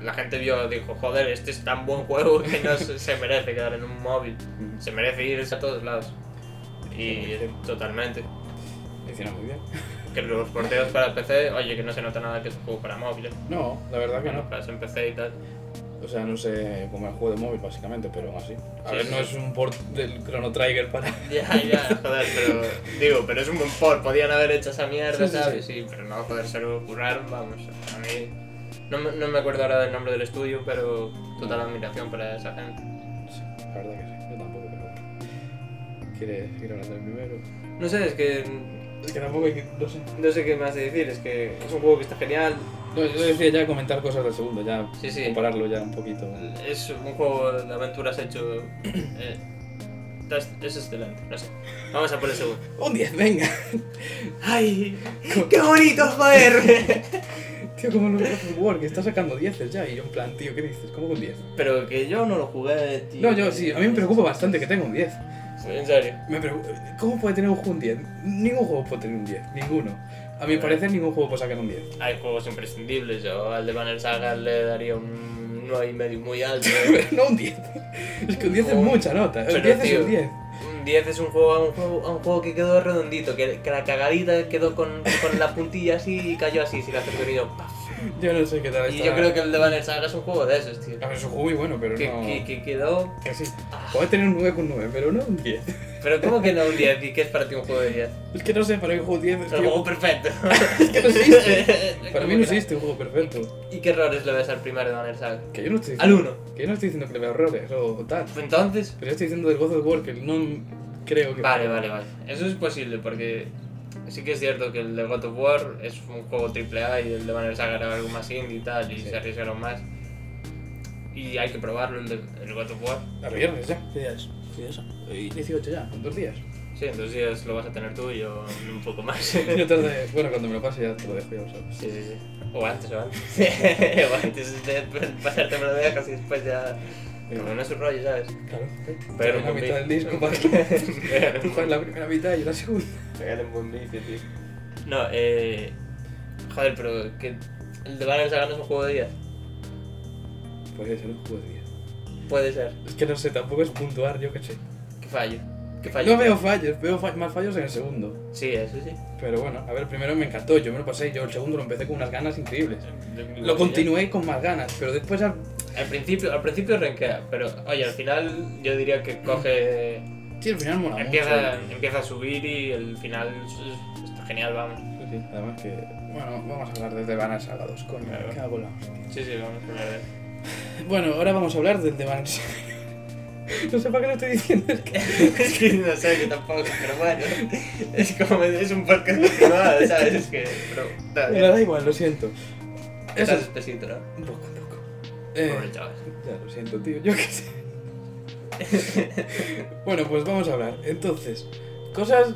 [SPEAKER 2] La gente vio, dijo, joder, este es tan buen juego que no se se merece quedar en un móvil.
[SPEAKER 1] Mm,
[SPEAKER 2] Se merece irse a todos lados. Y
[SPEAKER 1] Sí, sí.
[SPEAKER 2] totalmente.
[SPEAKER 1] lo Hicieron Mm, muy bien.
[SPEAKER 2] Que los porteos para PC, oye, que no se nota nada que es un juego para móvil. ¿eh?
[SPEAKER 1] No, la verdad que
[SPEAKER 2] Bueno,
[SPEAKER 1] no.
[SPEAKER 2] para en PC y tal.
[SPEAKER 1] O sea, no sé cómo es el juego de móvil básicamente, pero aún así. A
[SPEAKER 2] Sí,
[SPEAKER 1] ver,
[SPEAKER 2] sí,
[SPEAKER 1] no
[SPEAKER 2] sí.
[SPEAKER 1] es un port del Chrono Trigger para.
[SPEAKER 2] Ya, ya, joder, pero. Digo, pero es un buen port, podían haber hecho esa mierda,
[SPEAKER 1] Sí, sí,
[SPEAKER 2] ¿sabes? Sí, pero no, joder, se lo curraron, vamos. A mí. No, me- no me acuerdo ahora del nombre del estudio, pero total admiración para esa gente.
[SPEAKER 1] Sí, la verdad que sí. Yo tampoco, pero bueno. ¿Quieres ir hablando del primero?
[SPEAKER 2] No sé, es que.
[SPEAKER 1] Es que tampoco hay que. No sé.
[SPEAKER 2] No sé qué más de decir, es que es un juego que está genial.
[SPEAKER 1] No, yo decía ya comentar cosas del segundo, ya
[SPEAKER 2] Sí, sí.
[SPEAKER 1] compararlo ya un poquito.
[SPEAKER 2] Es un juego de aventuras hecho. eh, tas- es excelente, no sé. Vamos a por el segundo.
[SPEAKER 1] Un 10, venga.
[SPEAKER 2] ¡Ay! ¡Qué bonito, joder!
[SPEAKER 1] Tío, como lo of War, que está sacando 10 ya. Y yo en plan, tío, ¿qué dices? ¿Cómo con 10?
[SPEAKER 2] Pero que yo no lo jugué, tío.
[SPEAKER 1] No, yo sí, a mí me preocupa bastante que tenga un 10.
[SPEAKER 2] En serio.
[SPEAKER 1] Me preocupa, ¿Cómo puede tener un juego un 10? Ningún juego puede tener un 10, ninguno. A mi parecer, ningún juego puede sacar un 10.
[SPEAKER 2] Hay juegos imprescindibles, yo al de Banner Saga le daría un 9 y medio muy alto. ¿eh?
[SPEAKER 1] no un 10. Es que un 10 es
[SPEAKER 2] Joder.
[SPEAKER 1] mucha nota. Un
[SPEAKER 2] Pero,
[SPEAKER 1] 10 es
[SPEAKER 2] tío,
[SPEAKER 1] un 10.
[SPEAKER 2] Un 10 es un juego, un juego, un juego que quedó redondito, que, que la cagadita quedó con, con la puntilla así y cayó así, si la acertó y yo, ¡paf!
[SPEAKER 1] Yo no sé qué tal
[SPEAKER 2] Y
[SPEAKER 1] está.
[SPEAKER 2] yo creo que el de Banner Saga es un juego de esos, tío.
[SPEAKER 1] A ver, es un juego muy bueno, pero
[SPEAKER 2] Que,
[SPEAKER 1] no.
[SPEAKER 2] que- que quedó.
[SPEAKER 1] Que sí. Puede tener un 9 con 9, pero no un 10.
[SPEAKER 2] Pero ¿cómo que no un 10? ¿Y qué es para ti un juego de 10?
[SPEAKER 1] Es que no sé, para mí un juego 10
[SPEAKER 2] Es
[SPEAKER 1] es
[SPEAKER 2] el
[SPEAKER 1] tío,
[SPEAKER 2] juego perfecto.
[SPEAKER 1] es que no existe. Para mí no existe un juego perfecto.
[SPEAKER 2] ¿Y qué errores le ves al primer de Banner Saga?
[SPEAKER 1] Que yo no estoy
[SPEAKER 2] Al
[SPEAKER 1] diciendo,
[SPEAKER 2] 1.
[SPEAKER 1] que, yo no estoy diciendo que le vea errores o tal.
[SPEAKER 2] Entonces.
[SPEAKER 1] Pero yo estoy diciendo del God of War que no creo que.
[SPEAKER 2] Vale, vale, vale. Eso es posible porque sí que es cierto que el de God of War es un juego AAA y el de Banner Saga era algo más indie y tal, y
[SPEAKER 1] Sí.
[SPEAKER 2] se arriesgaron más. Y hay que probarlo, el, de, el God of War.
[SPEAKER 1] A viernes ya. ¿Qué día es? ¿Qué día es? Hoy 18 ya, en dos días.
[SPEAKER 2] Sí, en dos días lo vas a tener tú y yo en un poco más. sí,
[SPEAKER 1] Yo tarde, bueno, cuando me lo pase ya te lo dejo ya, lo sabes.
[SPEAKER 2] sí, sí. O antes, o antes. o antes de pasarte me lo dejas y después ya. Como no es un rollo, ¿sabes?
[SPEAKER 1] Claro.
[SPEAKER 2] Pero
[SPEAKER 1] en la
[SPEAKER 2] con
[SPEAKER 1] mitad del
[SPEAKER 2] beef.
[SPEAKER 1] disco, para
[SPEAKER 2] Pero
[SPEAKER 1] Tú
[SPEAKER 2] con
[SPEAKER 1] juegas la primera mitad y yo la segunda.
[SPEAKER 3] Pégale un buen bici, tío.
[SPEAKER 2] No, eh. Joder, pero que el de Banner Saga no es un juego de 10.
[SPEAKER 1] Podría ser un juego de 10.
[SPEAKER 2] Puede ser.
[SPEAKER 1] Es que no sé, tampoco es puntuar, yo qué sé.
[SPEAKER 2] Que fallo. Que fallo.
[SPEAKER 1] No veo fallos, veo fa- más fallos en el segundo.
[SPEAKER 2] Sí, eso sí.
[SPEAKER 1] Pero bueno, a ver, el primero me encantó, yo me lo pasé, yo el segundo lo empecé con unas ganas increíbles. Lo continué con más ganas, pero después al-
[SPEAKER 2] Al principio, al principio renquea, pero oye, al final yo diría que coge.
[SPEAKER 1] Sí, el final mola mucho.
[SPEAKER 2] Empieza, empieza a subir y el final es- está genial, vamos.
[SPEAKER 1] Sí, sí, además que... Bueno, vamos a hablar desde Banner Saga 2, coño,
[SPEAKER 2] Claro.
[SPEAKER 1] me cago en la hostia.
[SPEAKER 2] Sí, sí, vamos a ver.
[SPEAKER 1] Bueno, ahora vamos a hablar del de Banner Saga. No sé para qué lo estoy diciendo, es que...
[SPEAKER 2] es que no sé, yo tampoco, pero bueno. Es como es un podcast continuado, ¿sabes? Es que. Pero. Está
[SPEAKER 1] Me
[SPEAKER 2] bien.
[SPEAKER 1] da igual, lo siento. Eso
[SPEAKER 2] Estás
[SPEAKER 1] es...
[SPEAKER 2] espesito, ¿no?
[SPEAKER 1] Un poco, un poco.
[SPEAKER 2] Pobre
[SPEAKER 1] Eh,
[SPEAKER 2] chaval.
[SPEAKER 1] ya, lo siento, tío, yo qué sé. bueno, pues vamos a hablar. Entonces, cosas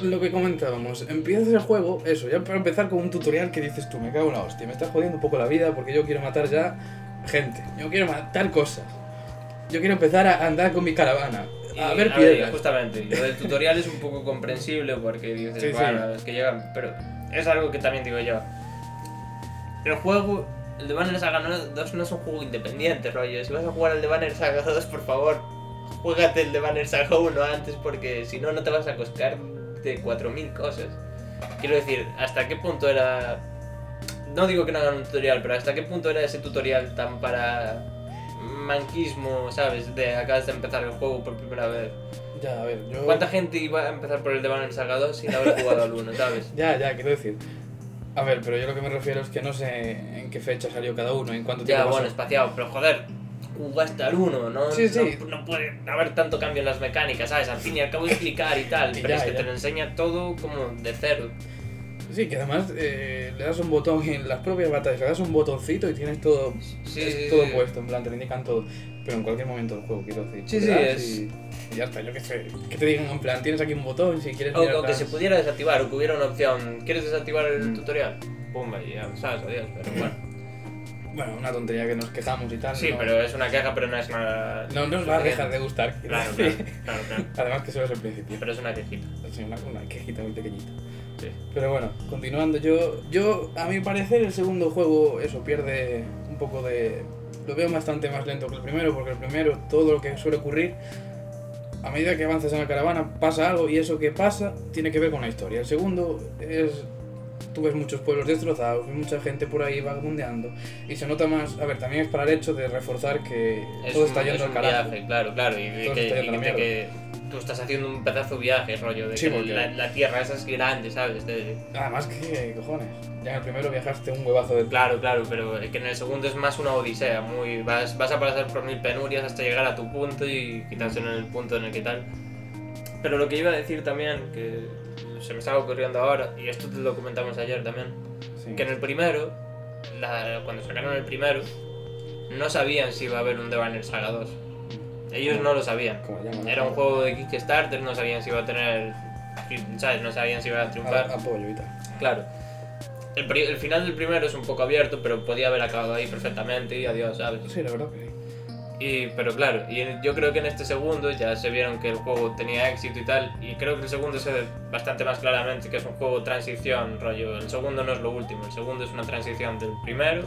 [SPEAKER 1] lo que comentábamos, empiezas el juego, eso, ya para empezar con un tutorial que dices tú, me cago en la hostia, me estás jodiendo un poco la vida porque yo quiero matar ya gente, yo quiero matar cosas, yo quiero empezar a andar con mi caravana, a
[SPEAKER 2] Y,
[SPEAKER 1] ver piedras.
[SPEAKER 2] justamente, lo del tutorial es un poco comprensible porque dices,
[SPEAKER 1] Sí, sí.
[SPEAKER 2] bueno, es que llegan. Pero es algo que también digo yo. El juego, el de Banner Saga 2 no es un juego independiente, rollo. Si vas a jugar al de Banner Saga 2, por favor, juégate el de Banner Saga 1 antes porque si no, no te vas a costar de 4.000 cosas. Quiero decir, ¿hasta qué punto era.? No digo que no hagan un tutorial, pero ¿hasta qué punto era ese tutorial tan para manquismo, sabes? De acabas de empezar el juego por primera vez.
[SPEAKER 1] Ya, a ver, yo...
[SPEAKER 2] ¿Cuánta gente iba a empezar por el de Banner Saga 2 sin haber jugado al 1, sabes?
[SPEAKER 1] Ya, ya, quiero decir. A ver, pero yo lo que me refiero es que no sé en qué fecha salió cada uno, en cuánto
[SPEAKER 2] Ya,
[SPEAKER 1] tiempo
[SPEAKER 2] bueno,
[SPEAKER 1] pasó.
[SPEAKER 2] espaciado, pero joder, jugaste al 1, ¿no?
[SPEAKER 1] Sí, sí.
[SPEAKER 2] No, no puede haber tanto cambio en las mecánicas, ¿sabes? Al fin y al cabo explicar y tal,
[SPEAKER 1] Y
[SPEAKER 2] pero
[SPEAKER 1] ya,
[SPEAKER 2] es que
[SPEAKER 1] ya.
[SPEAKER 2] te lo enseña todo como de cero.
[SPEAKER 1] Sí, que además eh, le das un botón en las propias batallas, le das un botoncito y tienes todo,
[SPEAKER 2] Sí,
[SPEAKER 1] es
[SPEAKER 2] sí,
[SPEAKER 1] todo
[SPEAKER 2] sí.
[SPEAKER 1] puesto, en plan, te lo indican todo. Pero en cualquier momento del juego, quiero decir.
[SPEAKER 2] Sí,
[SPEAKER 1] le
[SPEAKER 2] sí,
[SPEAKER 1] das
[SPEAKER 2] es-
[SPEAKER 1] Y, y ya está, yo qué sé. Que te digan, en plan, tienes aquí un botón si quieres.
[SPEAKER 2] O,
[SPEAKER 1] mirar
[SPEAKER 2] o que
[SPEAKER 1] atrás.
[SPEAKER 2] se pudiera desactivar, o que hubiera una opción. ¿Quieres desactivar el
[SPEAKER 1] Mm.
[SPEAKER 2] tutorial? Pum, y ya sabes, adiós, pero bueno.
[SPEAKER 1] Bueno, una tontería que nos quejamos y tal.
[SPEAKER 2] Sí,
[SPEAKER 1] no,
[SPEAKER 2] pero es una queja, pero no es una.
[SPEAKER 1] No nos va a dejar de gustar. quiero
[SPEAKER 2] Claro, claro,
[SPEAKER 1] decir.
[SPEAKER 2] claro, claro.
[SPEAKER 1] Además, que solo es el principio.
[SPEAKER 2] Pero es una quejita.
[SPEAKER 1] Es una, una quejita muy pequeñita.
[SPEAKER 2] Sí.
[SPEAKER 1] Pero bueno, continuando, yo, yo a mi parecer el segundo juego, eso, pierde un poco de... Lo veo bastante más lento que el primero, porque el primero, todo lo que suele ocurrir, a medida que avanzas en la caravana, pasa algo y eso que pasa tiene que ver con la historia. El segundo es... Tú ves muchos pueblos destrozados, ves mucha gente por ahí vagabundeando y se nota más... A ver, también es para el hecho de reforzar que
[SPEAKER 2] Es
[SPEAKER 1] todo
[SPEAKER 2] un-
[SPEAKER 1] está yendo
[SPEAKER 2] es
[SPEAKER 1] al
[SPEAKER 2] un
[SPEAKER 1] carajo.
[SPEAKER 2] viaje, claro, claro. Y de
[SPEAKER 1] Todo
[SPEAKER 2] que,
[SPEAKER 1] está yendo
[SPEAKER 2] y
[SPEAKER 1] a la
[SPEAKER 2] de que tú estás haciendo un pedazo de viaje, rollo. De
[SPEAKER 1] Sí,
[SPEAKER 2] que
[SPEAKER 1] porque-
[SPEAKER 2] la, la tierra esa es grande, ¿sabes? De-
[SPEAKER 1] Además que, cojones, ya en el primero viajaste un huevazo de...
[SPEAKER 2] claro, claro, pero que en el segundo es más una odisea. muy Vas, vas a pasar por mil penurias hasta llegar a tu punto y quitarse en el punto en el que tal. Pero lo que iba a decir también, que se me estaba ocurriendo ahora, y esto te lo comentamos ayer también,
[SPEAKER 1] Sí.
[SPEAKER 2] que en el primero, la- cuando sacaron el primero, no sabían si iba a haber un The Banner Saga 2. Ellos no lo sabían.
[SPEAKER 1] Como llaman,
[SPEAKER 2] Era un
[SPEAKER 1] ¿no?
[SPEAKER 2] juego de Kickstarter, no sabían si iba a tener. ¿Sabes? No sabían si iba a
[SPEAKER 1] A-
[SPEAKER 2] triunfar.
[SPEAKER 1] apoyo y tal.
[SPEAKER 2] Claro. El, pri- el final del primero es un poco abierto, pero podía haber acabado ahí perfectamente y adiós, ¿sabes?
[SPEAKER 1] Sí, la verdad que sí.
[SPEAKER 2] Y, pero claro, y en- yo creo que en este segundo ya se vieron que el juego tenía éxito y tal, y creo que el segundo se ve bastante más claramente que es un juego transición, rollo. El segundo no es lo último, el segundo es una transición del primero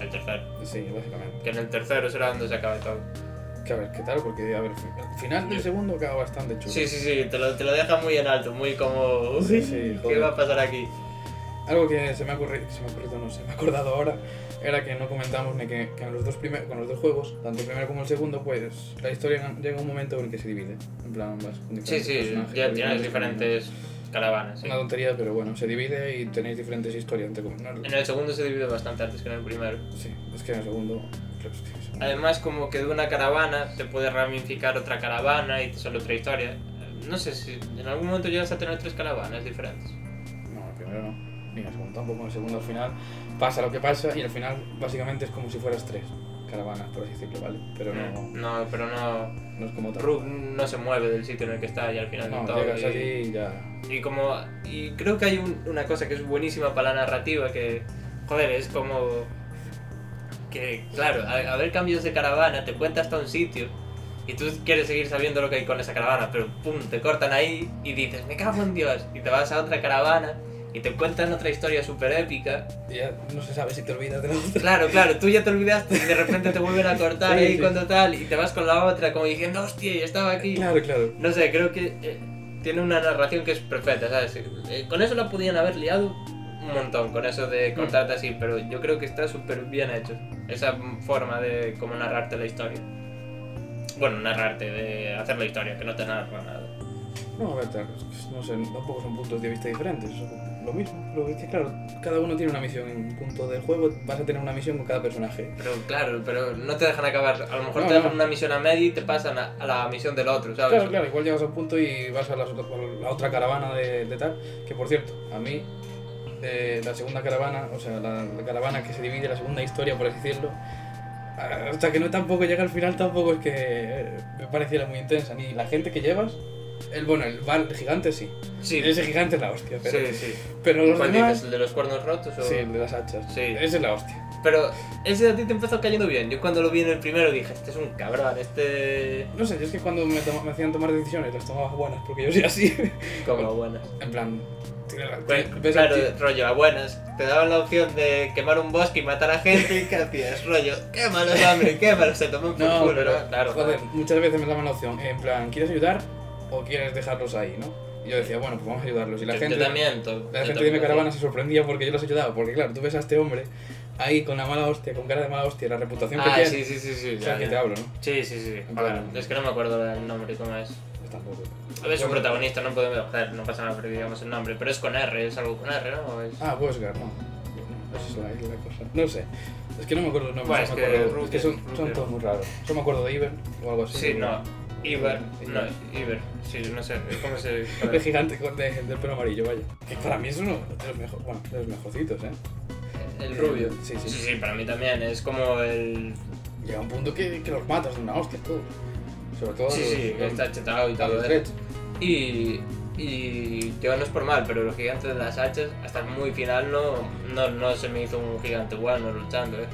[SPEAKER 2] al tercero.
[SPEAKER 1] Sí, básicamente.
[SPEAKER 2] Que en el tercero será donde se acabe todo.
[SPEAKER 1] Que a ver, ¿qué tal? Porque, a ver, el final del segundo acaba bastante chulo.
[SPEAKER 2] Sí, sí, sí, te lo, te lo deja muy en alto, muy como.
[SPEAKER 1] Sí, sí,
[SPEAKER 2] ¿Qué
[SPEAKER 1] joder.
[SPEAKER 2] va a pasar aquí?
[SPEAKER 1] Algo que se me ha ocurrido, se me ha ocurrido, no, se me ha acordado ahora, era que no comentamos ni que, que en los dos primer, con los dos juegos, tanto el primero como el segundo, pues la historia llega un momento en el que se divide. En plan, vas con
[SPEAKER 2] Sí,
[SPEAKER 1] diferentes
[SPEAKER 2] sí,
[SPEAKER 1] personajes,
[SPEAKER 2] ya
[SPEAKER 1] con
[SPEAKER 2] tienes diferentes caravanas. sí.
[SPEAKER 1] Una tontería, pero bueno, se divide y tenéis diferentes historias, entre comillas.
[SPEAKER 2] En el segundo se divide bastante antes que en el primero.
[SPEAKER 1] Sí, es que en el segundo... claro, es que es-
[SPEAKER 2] Además, como que de una caravana te puede ramificar otra caravana y te sale otra historia. No sé si en algún momento llegas a tener tres caravanas diferentes.
[SPEAKER 1] No, el primero no. Ni el segundo tampoco. El segundo al final pasa lo que pasa y al final básicamente es como si fueras tres caravanas, por así decirlo, ¿vale? Pero no,
[SPEAKER 2] No, pero no.
[SPEAKER 1] no es como tal.
[SPEAKER 2] Rub no se mueve del sitio en el que está y al final de
[SPEAKER 1] No,
[SPEAKER 2] todo.
[SPEAKER 1] llegas
[SPEAKER 2] y-
[SPEAKER 1] allí y ya.
[SPEAKER 2] Y como. Y creo que hay un- una cosa que es buenísima para la narrativa, que. Joder, es como. Que, claro, a- haber cambios de caravana, te cuenta hasta un sitio. Y tú quieres seguir sabiendo lo que hay con esa caravana, pero pum, te cortan ahí y dices, me cago en Dios. Y te vas a otra caravana y te cuentan otra historia súper épica.
[SPEAKER 1] y ya no se sabe si te olvidas de la otra.
[SPEAKER 2] Claro, claro, tú ya te olvidaste y de repente te vuelven a cortar
[SPEAKER 1] Sí,
[SPEAKER 2] ahí
[SPEAKER 1] sí.
[SPEAKER 2] cuando tal y te vas con la otra como diciendo, hostia, yo estaba aquí.
[SPEAKER 1] Claro, claro.
[SPEAKER 2] No sé, creo que eh, tiene una narración que es perfecta, ¿sabes? Eh, con eso la podían haber liado un montón, con eso de
[SPEAKER 1] Mm.
[SPEAKER 2] cortarte así, pero yo creo que está súper bien hecho. Esa mm, forma de cómo narrarte la historia. Bueno, narrarte, de hacer la historia, que no te narra nada.
[SPEAKER 1] No, a ver, tal- no sé, tampoco son puntos de vista diferentes. son Lo mismo. Lo que es que, claro, cada uno tiene una misión en un punto del juego. Vas a tener una misión con cada personaje.
[SPEAKER 2] Pero claro, pero no te dejan acabar. A lo mejor
[SPEAKER 1] No,
[SPEAKER 2] te dejan
[SPEAKER 1] no.
[SPEAKER 2] una misión a media y te pasan a, a la misión del otro, ¿sabes?
[SPEAKER 1] Claro, claro, igual llegas a un punto y vas a la, a la otra caravana de, de tal. Que por cierto, a mí, eh, la segunda caravana, o sea, la, la caravana que se divide, la segunda historia, por así decirlo, ah, hasta que no tampoco llega al final, tampoco es que eh, me pareciera muy intensa. Ni la gente que llevas, El, bueno, el, val- el gigante sí.
[SPEAKER 2] Sí,
[SPEAKER 1] Ese gigante es la hostia, pero,
[SPEAKER 2] sí, sí.
[SPEAKER 1] pero los
[SPEAKER 2] ¿Cuál
[SPEAKER 1] demás...
[SPEAKER 2] dices? ¿El de los cuernos rotos? O...
[SPEAKER 1] Sí, el de las hachas.
[SPEAKER 2] Sí.
[SPEAKER 1] Ese es la hostia.
[SPEAKER 2] Pero ese a ti te empezó cayendo bien. Yo cuando lo vi en el primero dije, este es un cabrón, este...
[SPEAKER 1] No sé, yo es que cuando me, toma- me hacían tomar decisiones las tomaba buenas, porque yo soy así.
[SPEAKER 2] Como buenas.
[SPEAKER 1] en plan, tira la-
[SPEAKER 2] Bueno,
[SPEAKER 1] ves al
[SPEAKER 2] claro,
[SPEAKER 1] tío-
[SPEAKER 2] rollo, a buenas. Te daban la opción de quemar un bosque y matar a gente y qué hacías, rollo, quémalos, hombre, quémalos, se tomó un
[SPEAKER 1] No,
[SPEAKER 2] culo,
[SPEAKER 1] pero,
[SPEAKER 2] ¿no? Claro,
[SPEAKER 1] joder, muchas veces me daban la opción, en plan, ¿quieres ayudar o quieres dejarlos ahí, no? Y yo decía, bueno, pues vamos a ayudarlos. Y la
[SPEAKER 2] yo,
[SPEAKER 1] gente...
[SPEAKER 2] yo también. to-
[SPEAKER 1] La gente
[SPEAKER 2] yo
[SPEAKER 1] de
[SPEAKER 2] también
[SPEAKER 1] mi
[SPEAKER 2] lo
[SPEAKER 1] caravana
[SPEAKER 2] hacía.
[SPEAKER 1] se sorprendía porque yo los ayudaba, porque claro, tú ves a este hombre ahí con la mala hostia, con cara de mala hostia, la reputación que
[SPEAKER 2] Ah,
[SPEAKER 1] tiene.
[SPEAKER 2] sí, sí, sí, sí.
[SPEAKER 1] O sea,
[SPEAKER 2] ya,
[SPEAKER 1] que
[SPEAKER 2] ya.
[SPEAKER 1] te hablo, ¿no?
[SPEAKER 2] Sí, sí, sí.
[SPEAKER 1] En
[SPEAKER 2] Joder,
[SPEAKER 1] plan-
[SPEAKER 2] es que no me acuerdo el nombre, cómo es.
[SPEAKER 1] Pues tampoco.
[SPEAKER 2] Es un
[SPEAKER 1] Bueno.
[SPEAKER 2] protagonista, no podemos. Joder, no pasa nada, pero digamos el nombre. Pero es con R, es algo con R, ¿no? O es-
[SPEAKER 1] Ah, Westgar, no. Esa es la, es la cosa. No sé. Es que no me acuerdo los
[SPEAKER 2] Bueno,
[SPEAKER 1] nombres.
[SPEAKER 2] es
[SPEAKER 1] no me
[SPEAKER 2] que
[SPEAKER 1] acuerdo.
[SPEAKER 2] Rucker,
[SPEAKER 1] es que son, son
[SPEAKER 2] Rucker.
[SPEAKER 1] todos muy raros. Yo me acuerdo de Iber o algo así.
[SPEAKER 2] Sí, no. Iber.
[SPEAKER 1] Iber.
[SPEAKER 2] No, Iber. Sí, no sé. ¿Cómo se.?
[SPEAKER 1] El gigante con de, del pelo amarillo, vaya. Que para mí es uno de los, mejor, bueno, de los mejorcitos, ¿eh?
[SPEAKER 2] El rubio.
[SPEAKER 1] Sí, sí.
[SPEAKER 2] Sí, sí, para mí también. Es como el.
[SPEAKER 1] Llega un punto que, que los matas de una hostia, tú. Sobre todo.
[SPEAKER 2] Sí,
[SPEAKER 1] los-
[SPEAKER 2] sí,
[SPEAKER 1] los-
[SPEAKER 2] está ¿eh? chetado y
[SPEAKER 1] a
[SPEAKER 2] todo.
[SPEAKER 1] los
[SPEAKER 2] eso.
[SPEAKER 1] Dreads.
[SPEAKER 2] Y. Y yo no es por mal, pero los gigantes de las hachas, hasta el muy final, no, no, no se me hizo un gigante bueno luchando, ¿eh?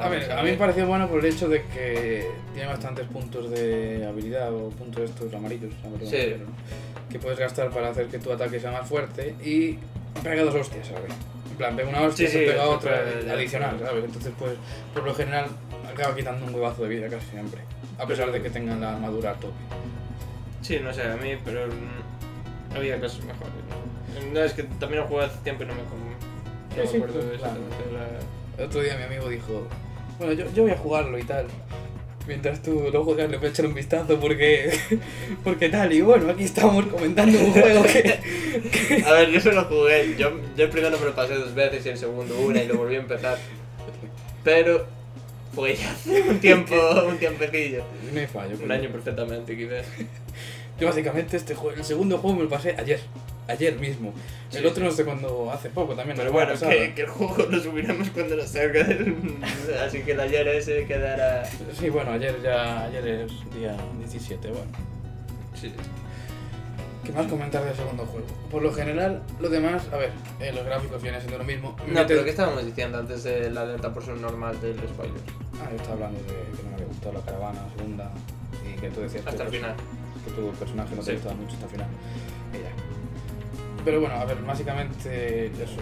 [SPEAKER 1] A ver, a mí me pareció bueno por el hecho de que tiene bastantes puntos de habilidad o puntos estos amarillos, amarillos,
[SPEAKER 2] Sí.
[SPEAKER 1] pero, que puedes gastar para hacer que tu ataque sea más fuerte y pega dos hostias, ¿sabes? En plan, pega una hostia
[SPEAKER 2] Sí,
[SPEAKER 1] y
[SPEAKER 2] sí,
[SPEAKER 1] se pega
[SPEAKER 2] es
[SPEAKER 1] otra eh,
[SPEAKER 2] otra-
[SPEAKER 1] adicional, ¿sabes? Entonces, pues, por lo general, acaba quitando un huevazo de vida casi siempre, a pesar de que tengan la armadura a tope.
[SPEAKER 2] Sí, no sé, a mí, pero mm, había cosas mejores. No, es que también lo jugué hace tiempo y no me, con-
[SPEAKER 1] Sí,
[SPEAKER 2] no me
[SPEAKER 1] sí,
[SPEAKER 2] acuerdo
[SPEAKER 1] pues,
[SPEAKER 2] de eso.
[SPEAKER 1] claro.
[SPEAKER 2] de la-
[SPEAKER 1] El otro día mi amigo dijo, bueno, yo, yo voy a jugarlo y tal. Mientras tú lo juegas le voy a echar un vistazo porque, porque tal. Y bueno, aquí estamos comentando un juego que...
[SPEAKER 2] A ver, yo solo jugué, yo, yo el primero me lo pasé dos veces y el segundo una y lo volví a empezar. Pero fue ya hace un tiempo, un tiempecillo.
[SPEAKER 1] No hay fallo.
[SPEAKER 2] Un
[SPEAKER 1] coño.
[SPEAKER 2] año perfectamente, quizás.
[SPEAKER 1] Yo básicamente este juego, el segundo juego me lo pasé ayer. Ayer mismo.
[SPEAKER 2] Sí.
[SPEAKER 1] El otro no sé cuándo, hace poco también. la
[SPEAKER 2] Pero
[SPEAKER 1] semana
[SPEAKER 2] bueno,
[SPEAKER 1] pasada.
[SPEAKER 2] que, que el juego lo subiremos cuando lo salgan. Así que el ayer ese quedará.
[SPEAKER 1] Sí, bueno, ayer ya ayer es día 17, bueno.
[SPEAKER 2] Sí.
[SPEAKER 1] ¿Qué más comentar del segundo juego? Por lo general, lo demás, a ver, eh, los gráficos vienen siendo lo mismo.
[SPEAKER 2] No,
[SPEAKER 1] Meten-
[SPEAKER 2] pero ¿qué estábamos diciendo antes de la alerta por su normal del spoiler?
[SPEAKER 1] Ah, yo estaba hablando de que no me había gustado la caravana, la segunda, y que tú decías
[SPEAKER 2] Hasta
[SPEAKER 1] que,
[SPEAKER 2] el
[SPEAKER 1] pues,
[SPEAKER 2] final.
[SPEAKER 1] que tu personaje no te
[SPEAKER 2] Sí.
[SPEAKER 1] gustaba mucho hasta el final. Y ya. Pero bueno, a ver, básicamente eso.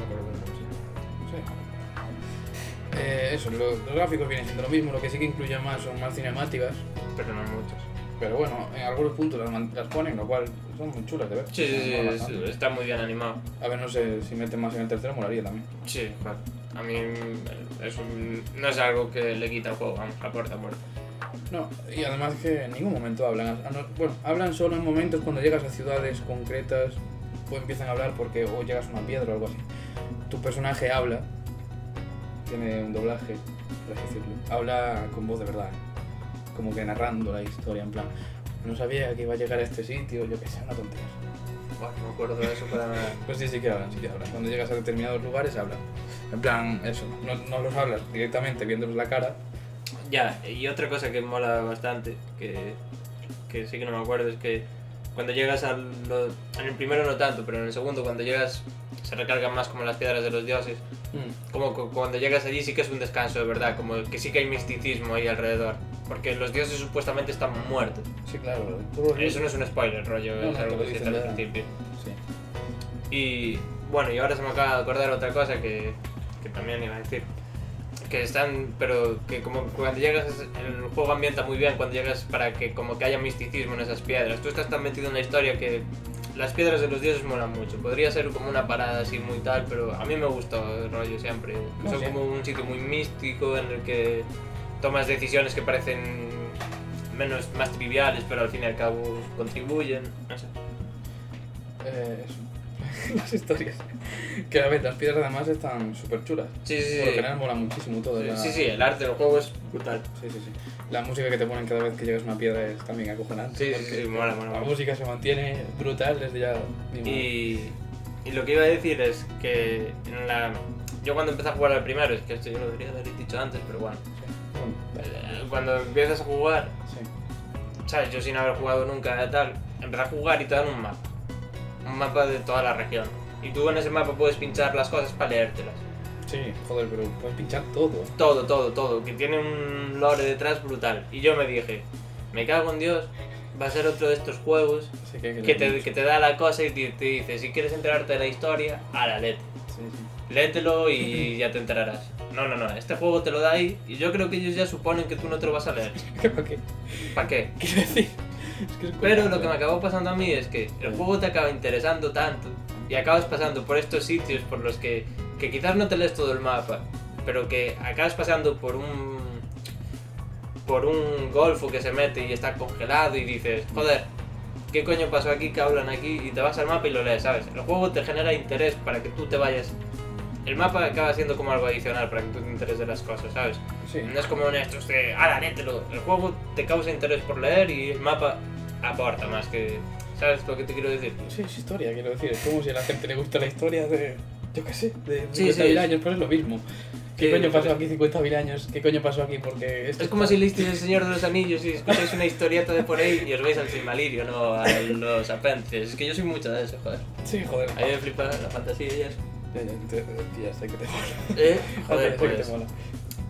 [SPEAKER 1] Sí. Eh, eso, lo- los gráficos vienen siendo lo mismo, lo que sí que incluye más son más cinemáticas,
[SPEAKER 2] Pero no muchos.
[SPEAKER 1] pero bueno, en algunos puntos las, man- las ponen, lo cual son muy chulas de ver.
[SPEAKER 2] Sí, sí, sí,
[SPEAKER 1] Mola
[SPEAKER 2] es-
[SPEAKER 1] bastante.
[SPEAKER 2] está muy bien animado.
[SPEAKER 1] A ver, no sé si meten más en el tercero, molaría también.
[SPEAKER 2] Sí, joder. A mí mm, es un- no es algo que le quita el juego, vamos, aporta, aporta.
[SPEAKER 1] No, y además que en ningún momento hablan. ah, no, Bueno, hablan solo en momentos cuando llegas a ciudades concretas o empiezan a hablar porque o llegas a una piedra o algo así. Tu personaje habla, tiene un doblaje, por así decirlo. Habla con voz de verdad, como que narrando la historia, en plan, no sabía que iba a llegar a este sitio, yo que sé, una tontería.
[SPEAKER 2] Buah, no me acuerdo de eso para nada.
[SPEAKER 1] Pues sí, sí que hablan, sí que hablan. Cuando llegas a determinados lugares hablan. En plan, eso, no, no los hablas directamente viéndoles la cara.
[SPEAKER 2] Ya, y otra cosa que mola bastante, que, que sí que no me acuerdo, es que cuando llegas al... lo- en el primero no tanto, pero en el segundo cuando llegas se recargan más como las piedras de los dioses. Como cu- cuando llegas allí sí que es un descanso, de verdad, como que sí que hay misticismo ahí alrededor. Porque los dioses supuestamente están muertos.
[SPEAKER 1] Sí, claro. tú los ves-
[SPEAKER 2] Eso no es un spoiler, rollo,
[SPEAKER 1] Pues No, no,
[SPEAKER 2] es
[SPEAKER 1] te
[SPEAKER 2] algo
[SPEAKER 1] lo
[SPEAKER 2] que se
[SPEAKER 1] dicen
[SPEAKER 2] dice al
[SPEAKER 1] ya.
[SPEAKER 2] principio.
[SPEAKER 1] Sí.
[SPEAKER 2] Y bueno, y ahora se me acaba de acordar otra cosa que, que también iba a decir. Que están, pero que como cuando llegas, el juego ambienta muy bien cuando llegas para que como que haya misticismo en esas piedras. Tú estás tan metido en la historia que las piedras de los dioses molan mucho. Podría ser como una parada así muy tal, pero a mí me gustó el rollo siempre. Que
[SPEAKER 1] No
[SPEAKER 2] Son
[SPEAKER 1] sé.
[SPEAKER 2] como un sitio muy místico en el que tomas decisiones que parecen menos, más triviales, pero al fin y al cabo contribuyen. No sé.
[SPEAKER 1] Eh, eso. las historias. Que a ver, las piedras además están súper chulas.
[SPEAKER 2] Sí,
[SPEAKER 1] Por
[SPEAKER 2] sí,
[SPEAKER 1] lo
[SPEAKER 2] sí.
[SPEAKER 1] general mola muchísimo todo. la...
[SPEAKER 2] Sí, sí, el arte del juego es brutal.
[SPEAKER 1] sí, sí, sí. La música que te ponen cada vez que llegas a una piedra es también acojonante.
[SPEAKER 2] Sí, sí,
[SPEAKER 1] porque
[SPEAKER 2] sí, mola, mola,
[SPEAKER 1] La
[SPEAKER 2] mola.
[SPEAKER 1] música se mantiene brutal desde ya. ni modo.
[SPEAKER 2] Y, y lo que iba a decir es que en la, yo cuando empecé a jugar al primero, es que esto yo lo debería haber dicho antes, pero bueno,
[SPEAKER 1] Sí. Bueno,
[SPEAKER 2] eh, cuando empiezas a jugar,
[SPEAKER 1] sí.
[SPEAKER 2] sabes, yo sin haber jugado nunca tal, empezar a jugar y te dan un mapa. Un mapa de toda la región. Y tú en ese mapa puedes pinchar las cosas para leértelas.
[SPEAKER 1] Sí, joder, pero puedes pinchar todo.
[SPEAKER 2] Todo, todo, todo. Que tiene un lore detrás brutal. Y yo me dije, me cago en Dios, va a ser otro de estos juegos
[SPEAKER 1] Así que, hay
[SPEAKER 2] que te,
[SPEAKER 1] leerlo.
[SPEAKER 2] que te da la cosa y te, te dice, si quieres enterarte de la historia, a la letra.
[SPEAKER 1] Sí, sí.
[SPEAKER 2] Léetelo y ya te enterarás. No, no, no, este juego te lo da ahí y yo creo que ellos ya suponen que tú no te lo vas a leer.
[SPEAKER 1] ¿Para qué?
[SPEAKER 2] ¿Para qué?
[SPEAKER 1] Quiero decir. es que es
[SPEAKER 2] Pero
[SPEAKER 1] como-
[SPEAKER 2] lo que me acabó pasando a mí es que el juego te acaba interesando tanto y acabas pasando por estos sitios por los que, que quizás no te lees todo el mapa, pero que acabas pasando por un por un golfo que se mete y está congelado y dices, joder, ¿qué coño pasó aquí? ¿Qué hablan aquí? Y te vas al mapa y lo lees, ¿sabes? El juego te genera interés para que tú te vayas. El mapa acaba siendo como algo adicional para que tú te intereses de las cosas, ¿sabes?
[SPEAKER 1] Sí.
[SPEAKER 2] No es como en estos de, ala, léetelo. El juego te causa interés por leer y el mapa aporta más que... ¿Sabes lo que te quiero decir?
[SPEAKER 1] Sí, es historia, quiero decir. Es como si a la gente le gusta la historia de. Yo qué sé, de
[SPEAKER 2] Sí,
[SPEAKER 1] 50.000
[SPEAKER 2] sí, es-
[SPEAKER 1] años, pero es lo mismo. ¿Qué
[SPEAKER 2] Sí,
[SPEAKER 1] coño
[SPEAKER 2] me
[SPEAKER 1] pasó aquí
[SPEAKER 2] parece.
[SPEAKER 1] 50.000 años? ¿Qué coño pasó aquí? Porque esto
[SPEAKER 2] Es como
[SPEAKER 1] está-
[SPEAKER 2] si leísteis El Señor de los Anillos y escucháis una historieta de por ahí y os vais al Silmarillo, no a los apéndices. Es que yo soy mucho de eso, joder.
[SPEAKER 1] Sí, joder.
[SPEAKER 2] A mí me flipa la fantasía y eso.
[SPEAKER 1] Ya, ya, te- te- ya sé que te mola.
[SPEAKER 2] Eh,
[SPEAKER 1] Ya
[SPEAKER 2] joder,
[SPEAKER 1] sé que te
[SPEAKER 2] pues.
[SPEAKER 1] mola.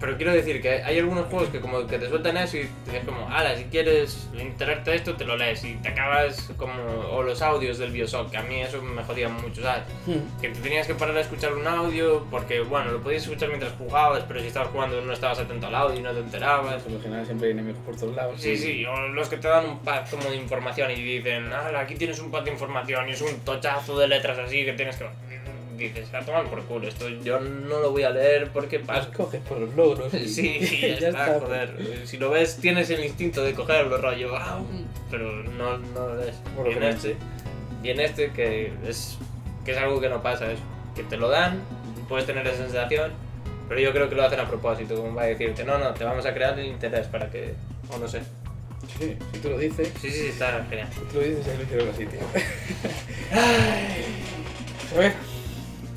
[SPEAKER 2] Pero quiero decir que hay algunos juegos que como que te sueltan eso y te es como, ala, si quieres enterarte de esto, te lo lees y te acabas como... O los audios del Bioshock, que a mí eso me jodía mucho, ¿sabes?
[SPEAKER 1] Hmm.
[SPEAKER 2] que te tenías que parar a escuchar un audio porque, bueno, lo podías escuchar mientras jugabas, pero si estabas jugando no estabas atento al audio y no te enterabas.
[SPEAKER 1] Por lo general siempre hay enemigos por todos lados.
[SPEAKER 2] Sí, sí, o los que te dan un pack como de información y dicen, ah, aquí tienes un pack de información y es un tochazo de letras así que tienes que... Dices, a tomar por culo, esto yo no lo voy a leer porque
[SPEAKER 1] Las
[SPEAKER 2] paso.
[SPEAKER 1] coges por los logros. y-
[SPEAKER 2] Sí, y ya, está, joder. Eh, Si lo ves, tienes el instinto de cogerlo, rollo, "Ah, pero no, no lo ves.
[SPEAKER 1] Por lo
[SPEAKER 2] y, en
[SPEAKER 1] menos.
[SPEAKER 2] este, y en este, que es, que es algo que no pasa, es que te lo dan, puedes tener esa sensación, pero yo creo que lo hacen a propósito, como va a decirte, no, no, te vamos a crear el interés para que. O no sé.
[SPEAKER 1] Sí, si tú lo dices,
[SPEAKER 2] Sí, sí, sí, está genial.
[SPEAKER 1] si tú lo dices, ahí lo hicieron así, tío. Ay. A ver,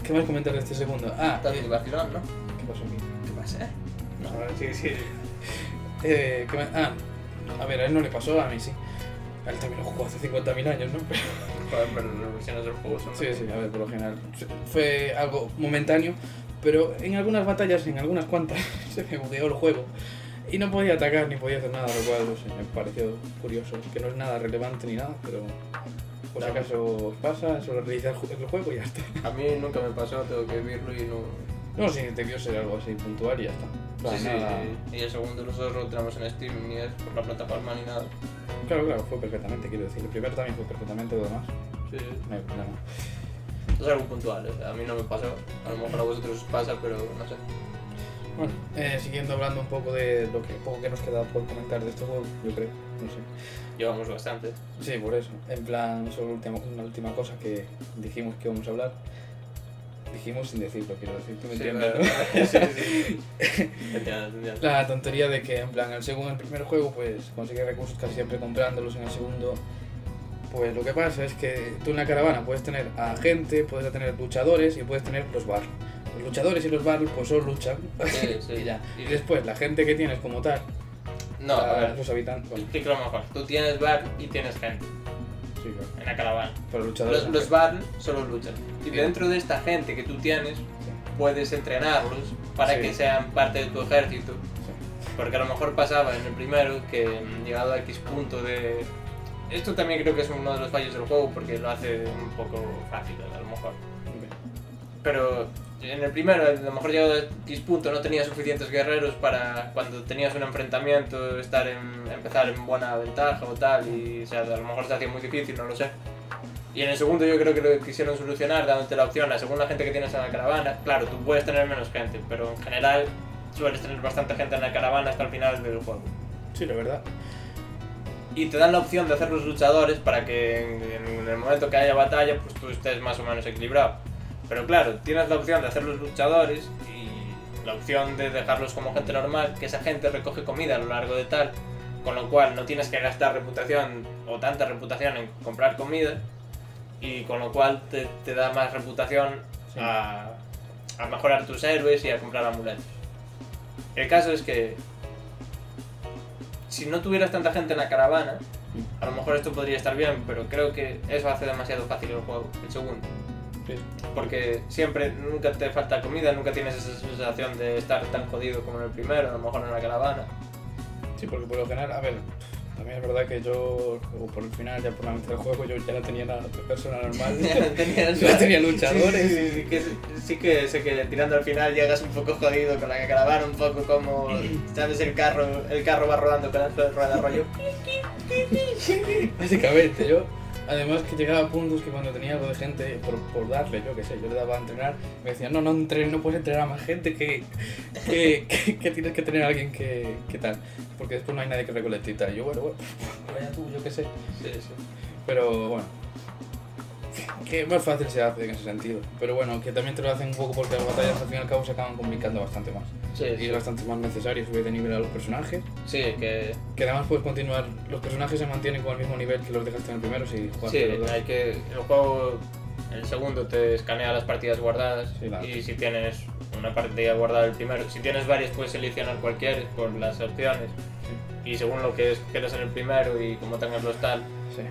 [SPEAKER 1] ¿qué más comentar de este segundo? Ah,
[SPEAKER 2] Estás en Barcelona, ¿no?
[SPEAKER 1] ¿qué pasó aquí?
[SPEAKER 2] ¿Qué eh? pasa?
[SPEAKER 1] No, sí, sí. Eh, ¿qué más? Ah, a ver, a él no le pasó, a mí sí. A él también lo jugó hace 50.000 años, ¿no? Pero-
[SPEAKER 2] Joder, pero las versiones del juego son.
[SPEAKER 1] Sí, sí, a ver, por lo general. Fue algo momentáneo, pero en algunas batallas, en algunas cuantas, se me bugueó el juego. Y no podía atacar ni podía hacer nada, lo cual no sé, me pareció curioso. Que no es nada relevante ni nada, pero por si
[SPEAKER 2] No.
[SPEAKER 1] acaso os pasa, solo realizar el juego y ya está.
[SPEAKER 2] A mí nunca me pasó, tengo que vivirlo y no.
[SPEAKER 1] No, si debió ser algo así puntual y ya está. No,
[SPEAKER 2] Sí, sí,
[SPEAKER 1] nada-
[SPEAKER 2] sí. Y el segundo nosotros lo tenemos en Steam, ni es por la plataforma ni nada.
[SPEAKER 1] Claro, claro, fue perfectamente, quiero decir. El primero también fue perfectamente, lo demás,
[SPEAKER 2] Sí, sí.
[SPEAKER 1] no hay problema.
[SPEAKER 2] Es algo puntual, o sea, a mí no me pasó. A lo mejor a vosotros os pasa, pero no sé.
[SPEAKER 1] Bueno, eh, siguiendo hablando un poco de lo que poco que nos queda por comentar de este juego, yo creo, no sé.
[SPEAKER 2] Llevamos bastante.
[SPEAKER 1] Sí, por eso. En plan, solo última- una última cosa que dijimos que íbamos a hablar. Dijimos sin decirlo, quiero decir, tú me entiendes,
[SPEAKER 2] pero-
[SPEAKER 1] ¿no?
[SPEAKER 2] sí, sí, sí. Entiendo, entiendo.
[SPEAKER 1] La tontería de que, en plan, el segundo, el primer juego, pues consigues recursos casi siempre comprándolos. En el segundo, pues lo que pasa es que tú en la caravana puedes tener a gente, puedes tener luchadores y puedes tener los bar. Los luchadores y los bar, pues solo luchan.
[SPEAKER 2] Sí, sí.
[SPEAKER 1] Y ya. Y después, la gente que tienes como tal,
[SPEAKER 2] Ah, No, a
[SPEAKER 1] la-
[SPEAKER 2] ver,
[SPEAKER 1] los habitantes. Bueno,
[SPEAKER 2] explico lo mejor. Tú tienes bar y tienes gente
[SPEAKER 1] sí, claro.
[SPEAKER 2] en la caravana.
[SPEAKER 1] Pero luchadores.
[SPEAKER 2] Los, los bar solo luchan. Y dentro de esta gente que tú tienes, puedes entrenarlos para
[SPEAKER 1] Sí.
[SPEAKER 2] que sean parte de tu ejército.
[SPEAKER 1] Sí.
[SPEAKER 2] Porque a lo mejor pasaba en el primero que mm, llegado a X punto de... Esto también creo que es uno de los fallos del juego porque lo hace un poco fácil a lo mejor. Pero en el primero, a lo mejor llegado a X punto, no tenía suficientes guerreros para cuando tenías un enfrentamiento estar en, empezar en buena ventaja o tal. Y o sea, a lo mejor se hacía muy difícil, no lo sé. Y en el segundo yo creo que lo quisieron solucionar dándote la opción, a según la gente que tienes en la caravana, claro, tú puedes tener menos gente, pero en general sueles tener bastante gente en la caravana hasta el final del juego.
[SPEAKER 1] Sí, la verdad.
[SPEAKER 2] Y te dan la opción de hacer los luchadores para que en, en el momento que haya batalla, pues tú estés más o menos equilibrado. Pero claro, tienes la opción de hacer los luchadores y la opción de dejarlos como gente normal, que esa gente recoge comida a lo largo de tal, con lo cual no tienes que gastar reputación o tanta reputación en comprar comida, y con lo cual te, te da más reputación
[SPEAKER 1] Sí.
[SPEAKER 2] a, a mejorar tus héroes y a comprar amuletos. El caso es que si no tuvieras tanta gente en la caravana, a lo mejor esto podría estar bien, pero creo que eso hace demasiado fácil el juego, el segundo.
[SPEAKER 1] Sí.
[SPEAKER 2] Porque siempre, nunca te falta comida, nunca tienes esa sensación de estar tan jodido como en el primero, a lo mejor en la caravana.
[SPEAKER 1] Sí, porque por lo general, a ver, también es verdad que yo, o por el final, ya por la mitad del juego, yo ya no tenía la persona normal.
[SPEAKER 2] Tenías-
[SPEAKER 1] Ya tenía luchadores.
[SPEAKER 2] Sí, sí, sí, sí, que, sí que sé que tirando al final llegas un poco jodido con la caravana, un poco como, ¿sabes? El carro, el carro va rodando con las ruedas rollo.
[SPEAKER 1] Básicamente, yo. Además que llegaba a puntos que cuando tenía algo de gente, por, por darle, yo qué sé, yo le daba a entrenar, me decían, no, no entrenes, no puedes entrenar a más gente, que, que, que- que tienes que tener a alguien que, que tal, porque después no hay nadie que recolecte y tal. Yo, bueno, bueno, vaya tú, yo qué sé.
[SPEAKER 2] Sí, sí.
[SPEAKER 1] Pero bueno, que más fácil se hace en ese sentido. Pero bueno, que también te lo hacen un poco porque las batallas al fin y al cabo se acaban complicando bastante más.
[SPEAKER 2] Sí,
[SPEAKER 1] Y es bastante más necesario subir de nivel a los personajes.
[SPEAKER 2] sí, que
[SPEAKER 1] Que además puedes continuar, los personajes se mantienen con el mismo nivel que los dejaste en el primero si
[SPEAKER 2] sí,
[SPEAKER 1] jugaste los dos.
[SPEAKER 2] hay que el juego el segundo te escanea las partidas guardadas
[SPEAKER 1] Sí, claro.
[SPEAKER 2] y si tienes una partida guardada el primero, si tienes varias puedes seleccionar cualquier por las opciones y según lo que es- quieras en el primero y como tengas los tal
[SPEAKER 1] Sí.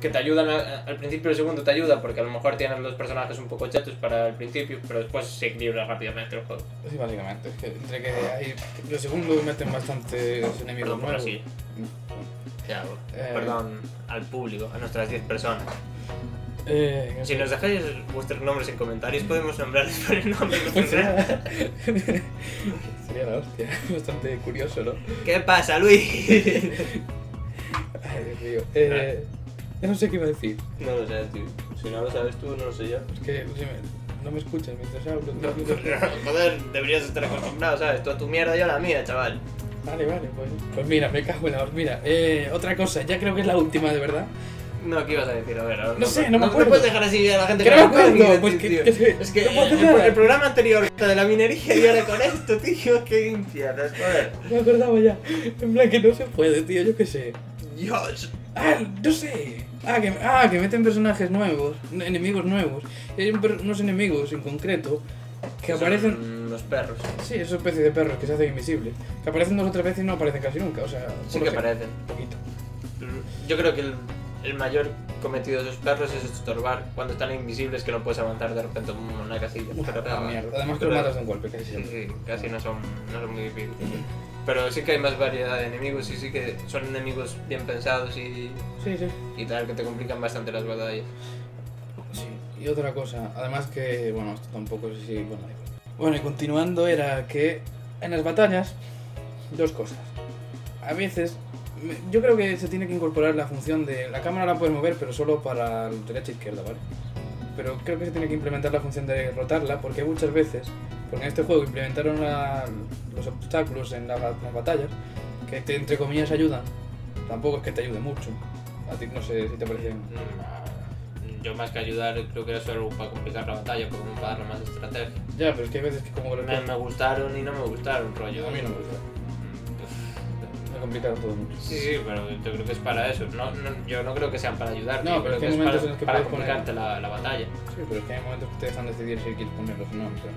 [SPEAKER 2] que te ayudan a- al principio el segundo te ayuda porque a lo mejor tienen los personajes un poco chetos para el principio pero después se equilibra rápidamente el juego
[SPEAKER 1] Sí, básicamente. Es que entre que hay. Los segundos meten bastantes enemigos
[SPEAKER 2] perdón por
[SPEAKER 1] nuevos.
[SPEAKER 2] así ya,
[SPEAKER 1] Eh.
[SPEAKER 2] perdón al público a nuestras 10 personas
[SPEAKER 1] Eh, en
[SPEAKER 2] Si
[SPEAKER 1] eso-
[SPEAKER 2] nos dejáis vuestros nombres en comentarios, podemos nombrarles por el nombre. que
[SPEAKER 1] Pues
[SPEAKER 2] tendrán.
[SPEAKER 1] nada. Sería la hostia. Bastante curioso, ¿no?
[SPEAKER 2] ¿Qué pasa, Luis?
[SPEAKER 1] Ay, Dios mío. Eh, ya no sé qué iba a decir.
[SPEAKER 3] No lo sé, tío. Si no lo sabes tú, no lo sé yo.
[SPEAKER 1] Es que si me- no me escuchan mientras hablo.
[SPEAKER 2] No, no, no, Joder, deberías estar acostumbrado, ¿sabes? Tú a tu mierda y a la mía, chaval.
[SPEAKER 1] Vale, vale, pues. Pues mira, me cago en la hor- Mira, eh, otra cosa, ya creo que es la última de verdad.
[SPEAKER 2] No, ¿qué ibas a decir? A ver, ahora
[SPEAKER 1] No sé, no me acuerdo.
[SPEAKER 2] puedes dejar así a la gente
[SPEAKER 1] Que no me
[SPEAKER 2] con la
[SPEAKER 1] acuerdo,
[SPEAKER 2] pérdida,
[SPEAKER 1] pues
[SPEAKER 2] tío,
[SPEAKER 1] que-
[SPEAKER 2] tío.
[SPEAKER 1] que se-
[SPEAKER 2] Es que
[SPEAKER 1] no puedo hacer
[SPEAKER 2] el,
[SPEAKER 1] nada.
[SPEAKER 2] el programa anterior de la minería y ahora con esto, tío, qué infierno, joder.
[SPEAKER 1] Me acordaba ya. En plan que no se puede, tío, yo qué sé.
[SPEAKER 2] Dios.
[SPEAKER 1] Ah, no sé. Ah que, ah, que meten personajes nuevos, n- enemigos nuevos. Y Hay un per- unos enemigos en concreto que aparecen.
[SPEAKER 2] Son Los perros.
[SPEAKER 1] Sí, esa especie de perros que se hacen invisibles. Que aparecen dos o tres veces y no aparecen casi nunca. O sea,
[SPEAKER 2] Sí
[SPEAKER 1] por
[SPEAKER 2] que
[SPEAKER 1] lo
[SPEAKER 2] parecen.
[SPEAKER 1] Poquito.
[SPEAKER 2] Yo creo que el, el mayor cometido de esos perros es estorbar cuando están invisibles que no puedes avanzar de repente como una casilla. Pero
[SPEAKER 1] Ah,
[SPEAKER 2] nada más.
[SPEAKER 1] mierda. Además que lo
[SPEAKER 2] Pero-
[SPEAKER 1] matas de un golpe, casi
[SPEAKER 2] Sí,
[SPEAKER 1] siempre.
[SPEAKER 2] sí, casi no son, no son muy difíciles. Pero sí que hay más variedad de enemigos y sí que son enemigos bien pensados y,
[SPEAKER 1] Sí, sí.
[SPEAKER 2] y tal, que te complican bastante las batallas.
[SPEAKER 1] Sí, y otra cosa, además que, bueno, esto tampoco sé si... Bueno, da igual. bueno, y continuando era que en las batallas, dos cosas. A veces, me- yo creo que se tiene que incorporar la función de... La cámara la puedes mover, pero solo para derecha e izquierda, ¿vale? Pero creo que se tiene que implementar la función de rotarla, porque muchas veces, porque en este juego implementaron la- los obstáculos en la ba- las batallas, que te, entre comillas ayudan, tampoco es que te ayude mucho. A ti no sé si te parecen...
[SPEAKER 2] Mm, Yo más que ayudar creo que era solo para complicar la batalla, como para darle más estrategia.
[SPEAKER 1] Ya, pero es que hay veces que como que lo
[SPEAKER 2] Me, me gustaron y no me gustaron, rollo.
[SPEAKER 1] A mí no me gusta.
[SPEAKER 2] Mm,
[SPEAKER 1] Me complicaron todo mucho.
[SPEAKER 2] Sí, sí, pero yo creo que es para eso. No, no- yo no creo que sean para ayudar.
[SPEAKER 1] No,
[SPEAKER 2] yo
[SPEAKER 1] pero
[SPEAKER 2] creo
[SPEAKER 1] es que hay momentos en los
[SPEAKER 2] para,
[SPEAKER 1] que
[SPEAKER 2] para
[SPEAKER 1] puedes poner-
[SPEAKER 2] complicarte la, la batalla.
[SPEAKER 1] Sí, pero es que hay momentos que te dejan decidir si quieres ponerlos o no. o sea.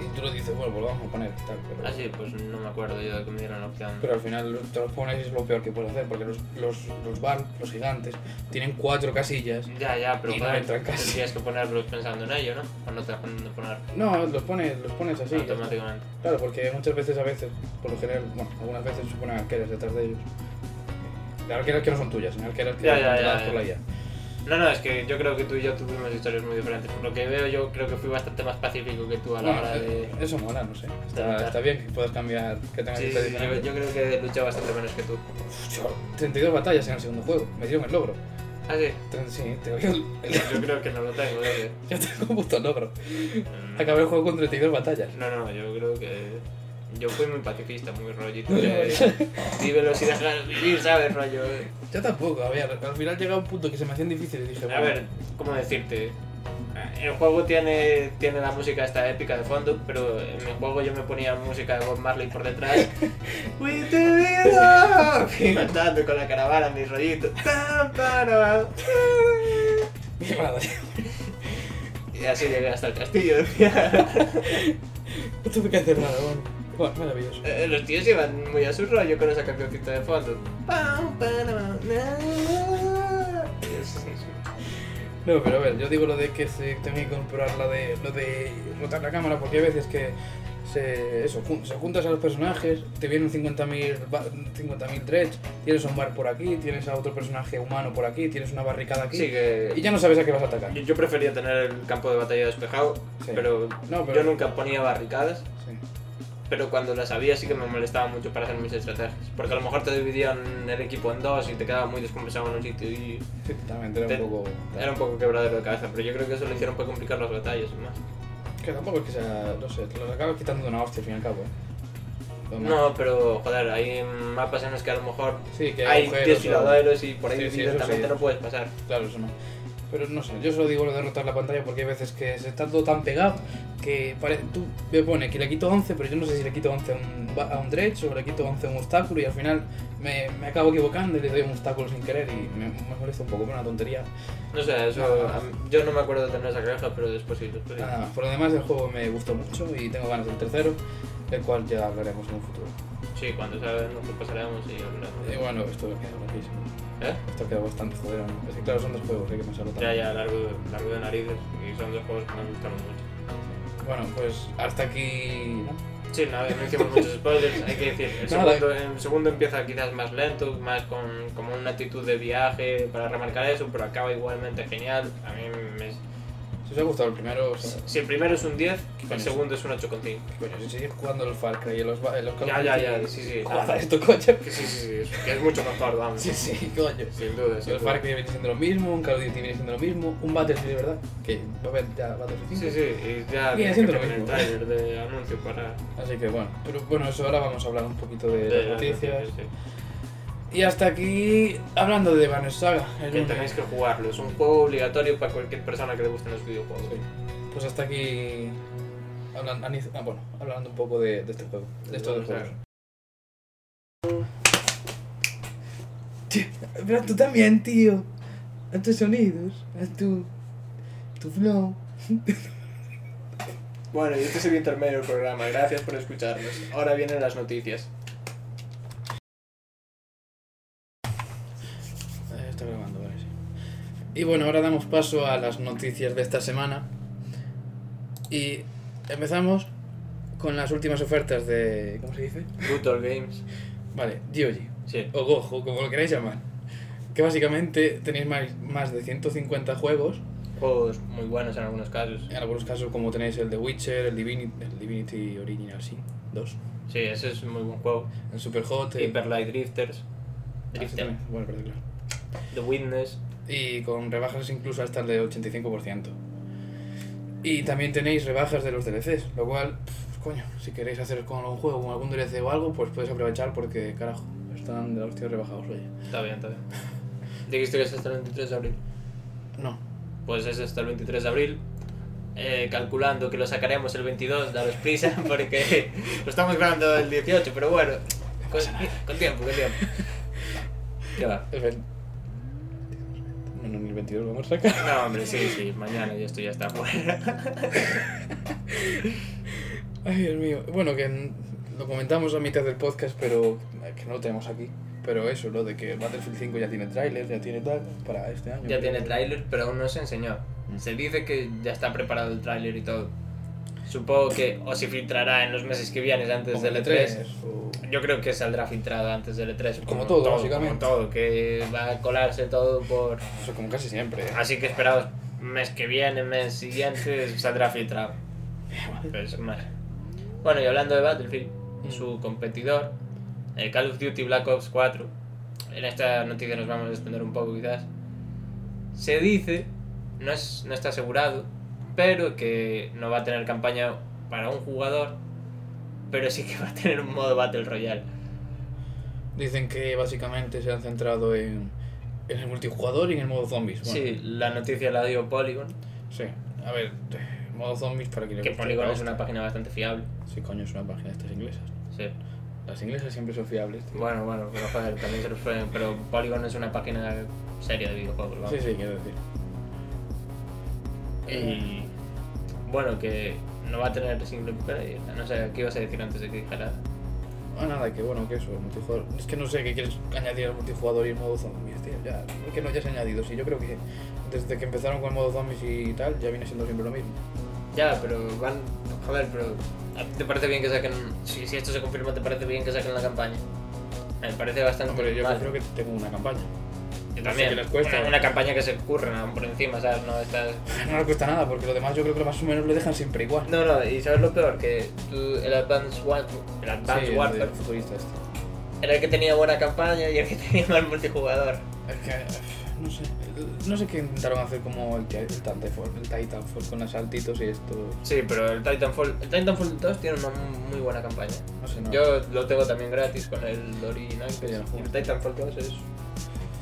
[SPEAKER 1] y tú lo dices, bueno, pues lo vamos a poner, tal, pero...
[SPEAKER 2] Ah, sí, pues no me acuerdo yo de que me dieron la opción.
[SPEAKER 1] Pero al final lo- te los pones y es lo peor que puedes hacer, porque los, los, los bar, los gigantes, tienen cuatro casillas.
[SPEAKER 2] Ya, ya, pero
[SPEAKER 1] Y no
[SPEAKER 2] joder,
[SPEAKER 1] entran casi.
[SPEAKER 2] tendrías que ponerlos pensando en ello, ¿no? O no te dejan de poner
[SPEAKER 1] No, los pones, los pones así. ya está.
[SPEAKER 2] automáticamente.
[SPEAKER 1] Claro, porque muchas veces, a veces, por lo general, bueno, algunas veces se ponen arqueras detrás de ellos. De arqueras que no son tuyas, son arqueras que
[SPEAKER 2] Ya,
[SPEAKER 1] son
[SPEAKER 2] ya, ya,
[SPEAKER 1] controladas
[SPEAKER 2] ya.
[SPEAKER 1] por la IA.
[SPEAKER 2] No, no, es que yo creo que tú y yo tuvimos historias muy diferentes. Por lo que veo, yo creo que fui bastante más pacífico que tú a la
[SPEAKER 1] Bueno,
[SPEAKER 2] hora de.
[SPEAKER 1] Eso mola, no sé.
[SPEAKER 2] luchar.
[SPEAKER 1] Está, está bien que puedas cambiar, que tengas
[SPEAKER 2] Sí,
[SPEAKER 1] que estar
[SPEAKER 2] sí, yo,
[SPEAKER 1] diferente.
[SPEAKER 2] yo creo que luché bastante menos que tú.
[SPEAKER 1] Yo, 32 batallas en el segundo juego, me dieron el logro.
[SPEAKER 2] Ah, sí.
[SPEAKER 1] Entonces, Sí, te doy el- el-
[SPEAKER 2] Yo creo que no lo tengo, ¿eh?
[SPEAKER 1] yo tengo un puto logro.
[SPEAKER 2] Mm.
[SPEAKER 1] Acabé el juego con 32 batallas.
[SPEAKER 2] No, no, yo creo que. Yo fui muy pacifista, muy rollito de. Vívelo si dejas vivir, ¿sabes? Rollo. ¿eh?
[SPEAKER 1] Yo tampoco, a ver, al final llegaba un punto que se me hacían difíciles y dije,
[SPEAKER 2] A
[SPEAKER 1] bueno,
[SPEAKER 2] ver, ¿cómo decirte? Eh, El juego tiene, tiene la música esta épica de fondo, pero en el juego yo me ponía música de Bob Marley por detrás. ¡We do it all! Y cantando con la caravana, mi rollito. Tan, para.
[SPEAKER 1] mi madre,
[SPEAKER 2] Y así llegué hasta el castillo.
[SPEAKER 1] no tuve que hacer nada, bueno. Bueno, maravilloso.
[SPEAKER 2] Eh, los tíos iban muy a su rollo con esa cancioncita de fondo. Pam, pam, na. Es- es-
[SPEAKER 1] No, pero a ver, yo digo lo de que se tenía que incorporar la de, lo de rotar la cámara, porque hay veces que se, eso, jun- se juntas a los personajes, te vienen 50.000 ba- 50.000 threads, tienes a un bar por aquí, tienes a otro personaje humano por aquí, tienes una barricada aquí,
[SPEAKER 2] Sí, que.
[SPEAKER 1] y ya no sabes a qué vas a atacar.
[SPEAKER 2] Yo- Yo prefería tener el campo de batalla despejado,
[SPEAKER 1] Sí.
[SPEAKER 2] pero,
[SPEAKER 1] No, pero-
[SPEAKER 2] yo nunca ponía barricadas,
[SPEAKER 1] Sí.
[SPEAKER 2] pero cuando las había sí que me molestaba mucho para hacer mis estrategias, porque a lo mejor te dividían el equipo en dos y te quedaba muy descompensado en un sitio y
[SPEAKER 1] Sí, también era
[SPEAKER 2] Te-
[SPEAKER 1] un poco...
[SPEAKER 2] era un poco quebradero de cabeza, pero yo creo que eso lo hicieron para complicar las batallas más.
[SPEAKER 1] Que tampoco es que sea, no sé, te lo acabas quitando de una hostia al fin y al cabo, ¿eh? Lo más-
[SPEAKER 2] No, pero joder, hay mapas en los que a lo mejor
[SPEAKER 1] Sí, que
[SPEAKER 2] hay
[SPEAKER 1] agujeros o-
[SPEAKER 2] desfiladeros y por ahí
[SPEAKER 1] Sí, sí, eso
[SPEAKER 2] directamente
[SPEAKER 1] sí.
[SPEAKER 2] no puedes pasar.
[SPEAKER 1] Claro, eso no. Pero no sé, yo solo digo lo de rotar la pantalla porque hay veces que se está todo tan pegado que pare- tú me pone que le quito 11, pero yo no sé si le quito 11 a un, ba- a un dredge o le quito 11 a un obstáculo y al final me, me acabo equivocando y le doy un obstáculo sin querer y me, me molesta un poco, pero una tontería.
[SPEAKER 2] No sé, eso,
[SPEAKER 1] Nada.
[SPEAKER 2] a mí- yo no me acuerdo de tener esa queja, pero después sí, después sí.
[SPEAKER 1] Nada más. Por lo demás, el juego me gustó mucho y tengo ganas del tercero, del cual ya hablaremos en un futuro.
[SPEAKER 2] Sí, cuando salga nos lo pasaremos y hablaremos.
[SPEAKER 1] Y bueno, esto queda loquísimo.
[SPEAKER 2] ¿Eh?
[SPEAKER 1] Esto queda bastante jodido. ¿no? Es que claro, son dos juegos, hay que pensarlo
[SPEAKER 2] Ya,
[SPEAKER 1] también.
[SPEAKER 2] ya, largo, largo de narices y son dos juegos que me gustaron mucho.
[SPEAKER 1] Bueno, pues hasta aquí. ¿no?
[SPEAKER 2] Sí, nada, no hicimos muchos spoilers, hay que decir. El
[SPEAKER 1] Nada.
[SPEAKER 2] segundo, el segundo empieza quizás más lento, más con como una actitud de viaje para remarcar eso, pero acaba igualmente genial. A mí me...
[SPEAKER 1] Si os ha gustado el primero, o sea,
[SPEAKER 2] Si el primero es un 10,
[SPEAKER 1] coño
[SPEAKER 2] el
[SPEAKER 1] es?
[SPEAKER 2] segundo es un 8,5.
[SPEAKER 1] Coño, si sigues jugando los Far Cry y los, ba- y los Call of
[SPEAKER 2] Ya, ya,
[SPEAKER 1] Duty,
[SPEAKER 2] ya, sí, sí.
[SPEAKER 1] Juega esto, coño.
[SPEAKER 2] Que sí, sí, sí, que es mucho mejor, vamos.
[SPEAKER 1] Sí, sí, coño.
[SPEAKER 2] Sin duda,
[SPEAKER 1] Si
[SPEAKER 2] sin
[SPEAKER 1] los
[SPEAKER 2] duda.
[SPEAKER 1] Far Cry viene siendo lo mismo, un Call of Duty viene siendo lo mismo, un Battlefield, ¿verdad? Que va a haber ya Battlefield
[SPEAKER 2] Sí,
[SPEAKER 1] 5.
[SPEAKER 2] sí, y ya
[SPEAKER 1] Viene
[SPEAKER 2] tienes que
[SPEAKER 1] siendo lo
[SPEAKER 2] poner el
[SPEAKER 1] mismo.
[SPEAKER 2] trailer de anuncio para...
[SPEAKER 1] Así que bueno, pero bueno, eso ahora vamos a hablar un poquito de,
[SPEAKER 2] de
[SPEAKER 1] las noticias.
[SPEAKER 2] sí.
[SPEAKER 1] Y hasta aquí hablando de Banner Saga. el
[SPEAKER 2] Que
[SPEAKER 1] lunes.
[SPEAKER 2] tenéis que jugarlo, es un juego obligatorio para cualquier persona que le gusten los videojuegos.
[SPEAKER 1] Sí. Pues hasta aquí hablan- aniz- ah, bueno, hablando un poco de, de este juego, de estos dos
[SPEAKER 2] Claro.
[SPEAKER 1] juegos. Che, Pero tú también, tío. A tus sonidos, a tu, tu flow.
[SPEAKER 2] Bueno, y este es el intermedio del programa. Gracias por escucharnos. Ahora vienen las noticias.
[SPEAKER 1] Eh, Está grabando, vale, sí. Y bueno, ahora damos paso a las noticias de esta semana. Y empezamos con las últimas ofertas de. ¿Cómo se dice?
[SPEAKER 2] Brutal Games.
[SPEAKER 1] Vale, GOG.
[SPEAKER 2] Sí.
[SPEAKER 1] o Gojo, como lo queráis llamar. Que básicamente tenéis más, más de 150 juegos.
[SPEAKER 2] Juegos muy buenos en algunos casos.
[SPEAKER 1] En algunos casos, como tenéis el de Witcher, el Divinity, el Divinity Original Sin 2,
[SPEAKER 2] Sí, ese es un muy buen juego.
[SPEAKER 1] el Superhot, el-
[SPEAKER 2] Hyper Light Drifters.
[SPEAKER 1] Ah, sí,
[SPEAKER 2] Drifter.
[SPEAKER 1] también. Bueno, perdón, claro.
[SPEAKER 2] The Witness.
[SPEAKER 1] Y con rebajas incluso hasta el de 85%. Y también tenéis rebajas de los DLCs, lo cual, pues, coño, si queréis hacer con un juego, con algún DLC o algo, pues podéis aprovechar porque, carajo, están de los tíos rebajados, oye.
[SPEAKER 2] Está bien, está bien. Dijiste que es hasta el 23 de abril.
[SPEAKER 1] No,
[SPEAKER 2] Pues es hasta el 23 de abril. Eh, calculando que lo sacaremos el 22, daros prisa porque lo estamos grabando el 18, pero bueno, con, con tiempo, con tiempo. ¿Qué va?
[SPEAKER 1] el 20. No, no, ni el 22 lo vamos a sacar.
[SPEAKER 2] No, hombre, sí, sí, mañana y esto ya está fuera.
[SPEAKER 1] Ay, Dios mío. Bueno, que n- lo comentamos a mitad del podcast, pero eh, que no lo tenemos aquí. Pero eso, lo de que Battlefield 5 ya tiene tráiler, ya tiene tal, para este año.
[SPEAKER 2] Ya tiene tráiler, pero aún no se enseñó.
[SPEAKER 1] Mm.
[SPEAKER 2] Se dice que ya está preparado el tráiler y todo. Supongo que o se filtrará en los meses que vienen antes
[SPEAKER 1] Como
[SPEAKER 2] del
[SPEAKER 1] el
[SPEAKER 2] E3.
[SPEAKER 1] E3, o-
[SPEAKER 2] Yo creo que saldrá filtrado antes del E3.
[SPEAKER 1] Como todo, básicamente.
[SPEAKER 2] Como todo, que va a colarse todo por...
[SPEAKER 1] o sea, como casi siempre. ¿eh?
[SPEAKER 2] Así que esperados mes que viene, mes siguiente, saldrá filtrado. Pero es más. Bueno, y hablando de Battlefield, su competidor, el Call of Duty Black Ops 4, en esta noticia nos vamos a extender un poco quizás, se dice, no, es, no está asegurado, pero que no va a tener campaña para un jugador, pero sí que va a tener un modo Battle Royale.
[SPEAKER 1] Dicen que básicamente se han centrado en, en el multijugador y en el modo zombies. Bueno,
[SPEAKER 2] Sí, la noticia la dio Polygon,
[SPEAKER 1] sí. A ver, eh, modo zombies para que le
[SPEAKER 2] que
[SPEAKER 1] guste
[SPEAKER 2] Polygon
[SPEAKER 1] la
[SPEAKER 2] es una página bastante fiable.
[SPEAKER 1] hostia. Sí, coño, es una página de estas inglesas.
[SPEAKER 2] Sí.
[SPEAKER 1] Las inglesas siempre son fiables. tío.
[SPEAKER 2] Bueno, bueno, pero joder, también se los pueden, pero Polygon es una página seria de videojuegos, vamos.
[SPEAKER 1] Sí, sí, quiero decir.
[SPEAKER 2] Y bueno, que no va a tener single player. No sé, ¿qué ibas a decir antes de que dijera?
[SPEAKER 1] Ah, nada, que bueno, que eso, el multijugador. Es que no sé qué quieres añadir al multijugador y el modo zombies, tío. Ya, es que no ya se ha añadido, sí. Yo creo que desde que empezaron con el modo zombies y tal, ya viene siendo siempre lo mismo.
[SPEAKER 2] Ya, pero van. Joder, pero. ¿a ti ¿Te parece bien que saquen.? Si, si esto se confirma, ¿te parece bien que saquen la campaña? Me parece bastante.
[SPEAKER 1] No, pero yo
[SPEAKER 2] mal.
[SPEAKER 1] creo que tengo una campaña.
[SPEAKER 2] Yo
[SPEAKER 1] no
[SPEAKER 2] también.
[SPEAKER 1] sé qué les cuesta.
[SPEAKER 2] Una, una campaña que se curran por encima, ¿sabes? No, estás...
[SPEAKER 1] No le cuesta nada, porque lo demás yo creo que lo más o menos lo dejan siempre igual.
[SPEAKER 2] no, no, y ¿sabes lo peor? Que tú- el Advanced Warfare. El Advanced
[SPEAKER 1] Sí, el
[SPEAKER 2] Warfare.
[SPEAKER 1] del futbolista este.
[SPEAKER 2] Era el que tenía buena campaña y el que tenía mal multijugador.
[SPEAKER 1] Es que, eh, no sé, no sé qué intentaron hacer como el, que- el Titanfall, el Titanfall con los saltitos y esto,
[SPEAKER 2] Sí, pero el Titanfall, el Titanfall 2 tiene una muy buena campaña.
[SPEAKER 1] no sé, no.
[SPEAKER 2] Yo lo tengo también gratis con el original.
[SPEAKER 1] Que ya no
[SPEAKER 2] y
[SPEAKER 1] juego.
[SPEAKER 2] el Titanfall 2 es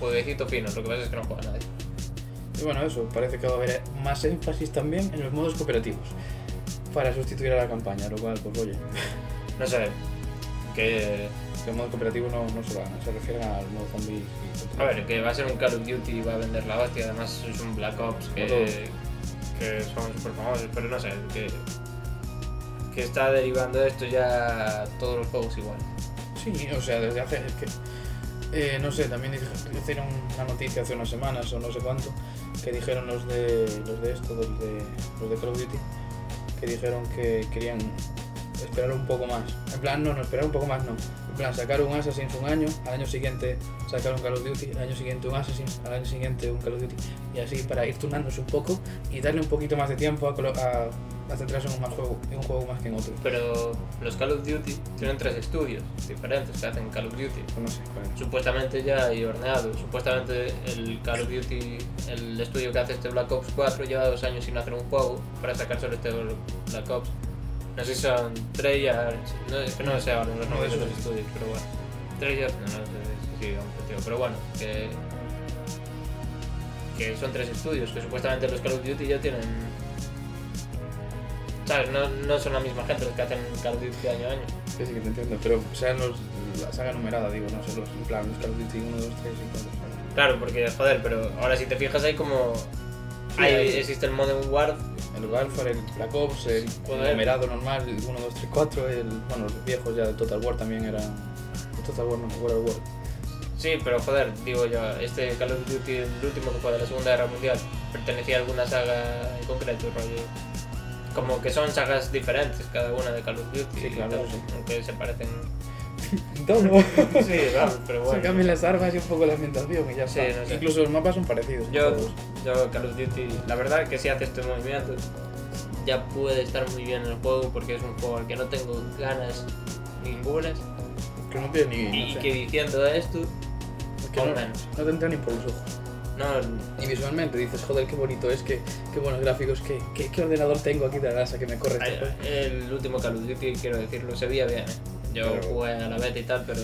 [SPEAKER 2] jueguecito fino, lo que pasa es que no juega nadie.
[SPEAKER 1] Y bueno, eso, parece que va a haber más énfasis también en los modos cooperativos para sustituir a la campaña, lo cual, pues oye,
[SPEAKER 2] No sé, que...
[SPEAKER 1] los modos cooperativos no, no se van, se refieren al modo zombie. y-
[SPEAKER 2] A ver, que va a ser un Call of Duty y va a vender la hostia, además es un Black Ops
[SPEAKER 1] Como todo.
[SPEAKER 2] que, que son súper famosos, pero no sé, que, que está derivando esto ya a todos los juegos igual.
[SPEAKER 1] Sí, o sea, desde hace. Es que, eh, no sé, también dij- hicieron una noticia hace unas semanas o no sé cuánto, que dijeron los de, los de esto, los de, los de Call of Duty, que dijeron que querían esperar un poco más. En plan, no, no, esperar un poco más, no. En plan, sacar un Assassin's un año, al año siguiente sacar un Call of Duty, al año siguiente un Assassin's, al año siguiente un Call of Duty, y así para ir turnándose un poco y darle un poquito más de tiempo a, colo- a, a centrarse en un, más juego, en un juego más que en otro.
[SPEAKER 2] Pero los Call of Duty tienen tres estudios diferentes que hacen Call of Duty.
[SPEAKER 1] No sé, bueno.
[SPEAKER 2] Supuestamente ya hay horneado. Supuestamente el Call of Duty, el estudio que hace este Black Ops 4, lleva dos años sin hacer un juego para sacar solo este Black Ops. No sé si son Treyarch, no, es que no sé ahora
[SPEAKER 1] Uno
[SPEAKER 2] los
[SPEAKER 1] de
[SPEAKER 2] nombres de los
[SPEAKER 1] esos.
[SPEAKER 2] estudios, pero bueno. Treyarch, no, no sé si sigue aún, este tío, pero bueno, que, que son tres estudios, que supuestamente los Call of Duty ya tienen... ¿Sabes? No, no son la misma gente los que hacen Call of Duty año a año.
[SPEAKER 1] Sí, sí que te entiendo, pero sean los, la saga numerada, digo, no sé, los, en plan, los Call of Duty 1, 2, 3 y 4. ¿sabes?
[SPEAKER 2] Claro, porque joder, pero ahora si te fijas hay como...
[SPEAKER 1] Sí,
[SPEAKER 2] hay-
[SPEAKER 1] hay-
[SPEAKER 2] Existe el Modern War,
[SPEAKER 1] El Warfare, el Black Ops, el
[SPEAKER 2] Joder.
[SPEAKER 1] numerado normal, el 1, 2, 3, 4, el, bueno, los viejos ya, el Total War también era... El Total War no, el World War.
[SPEAKER 2] sí, pero joder, digo yo, este Call of Duty, el último que fue de la Segunda Guerra Mundial, pertenecía a alguna saga en concreto, rollo. Como que son sagas diferentes cada una de Call of Duty,
[SPEAKER 1] Sí,
[SPEAKER 2] y
[SPEAKER 1] claro,
[SPEAKER 2] tal,
[SPEAKER 1] sí.
[SPEAKER 2] aunque se parecen...
[SPEAKER 1] ¡Dono!
[SPEAKER 2] Sí, claro, pero
[SPEAKER 1] Se
[SPEAKER 2] bueno.
[SPEAKER 1] cambian las armas y un poco la ambientación y ya
[SPEAKER 2] Sí,
[SPEAKER 1] está.
[SPEAKER 2] no sé.
[SPEAKER 1] Incluso los mapas son parecidos. en
[SPEAKER 2] Yo,
[SPEAKER 1] todos.
[SPEAKER 2] yo Call of Duty, la verdad que si hace este movimiento ya puede estar muy bien en el juego porque es un juego al que no tengo ganas ningunas
[SPEAKER 1] Que no tiene ni...
[SPEAKER 2] y
[SPEAKER 1] no sé,
[SPEAKER 2] que diciendo esto
[SPEAKER 1] es que no,
[SPEAKER 2] Conan.
[SPEAKER 1] no te entra ni por los ojos.
[SPEAKER 2] No,
[SPEAKER 1] Y visualmente dices, joder, qué bonito es, que, qué buenos gráficos, que, que- qué ordenador tengo aquí de la NASA que me corre este juego.
[SPEAKER 2] el, el último Call of Duty, quiero decirlo, se veía bien. ¿eh? Yo
[SPEAKER 1] Pero-
[SPEAKER 2] jugué a la beta y tal, pero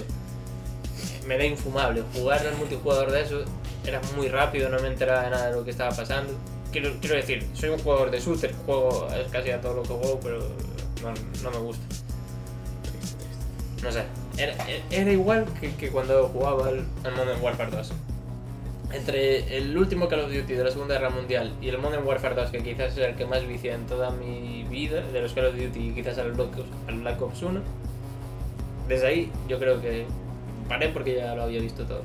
[SPEAKER 2] me era infumable. Jugar al multijugador de eso era muy rápido, no me enteraba de nada de lo que estaba pasando. Quiero, quiero decir, soy un jugador de shooter, juego casi a todo lo que juego, pero no, no me gusta. No sé, era, era- era igual que, que cuando jugaba al, al Modern Warfare 2. Entre el último Call of Duty de la Segunda Guerra Mundial y el Modern Warfare 2, que quizás es el que más vicia en toda mi vida, de los Call of Duty y quizás al Black Ops, al Black Ops 1, desde ahí yo creo que paré porque ya lo había visto todo.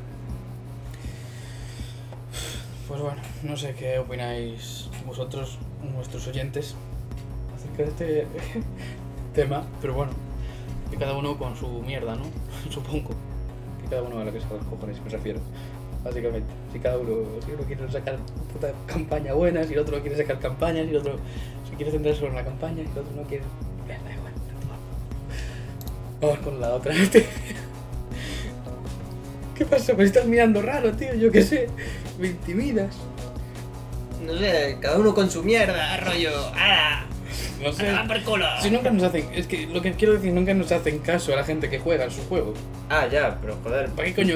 [SPEAKER 1] Pues bueno, no sé qué opináis vosotros, nuestros oyentes, acerca de este tema, pero bueno, que cada uno con su mierda, ¿no? Supongo. Que cada uno a lo que se los cojones, me refiero. Básicamente, si cada uno, si uno quiere sacar puta campaña buena, si el otro no quiere sacar campaña, si el otro si quiere centrarse solo en la campaña, si el otro no quiere. Da igual, da igual. Vamos con la otra. ¿Qué pasa? Me estás mirando raro, tío, yo qué sé. Me intimidas.
[SPEAKER 2] No sé, cada uno con su mierda, rollo, ¡ah!
[SPEAKER 1] No sé.
[SPEAKER 2] por culo!
[SPEAKER 1] Si nunca nos hacen. Es que lo que quiero decir, nunca nos hacen caso a la gente que juega en sus juegos.
[SPEAKER 2] Ah, ya, pero joder,
[SPEAKER 1] ¿Para qué coño?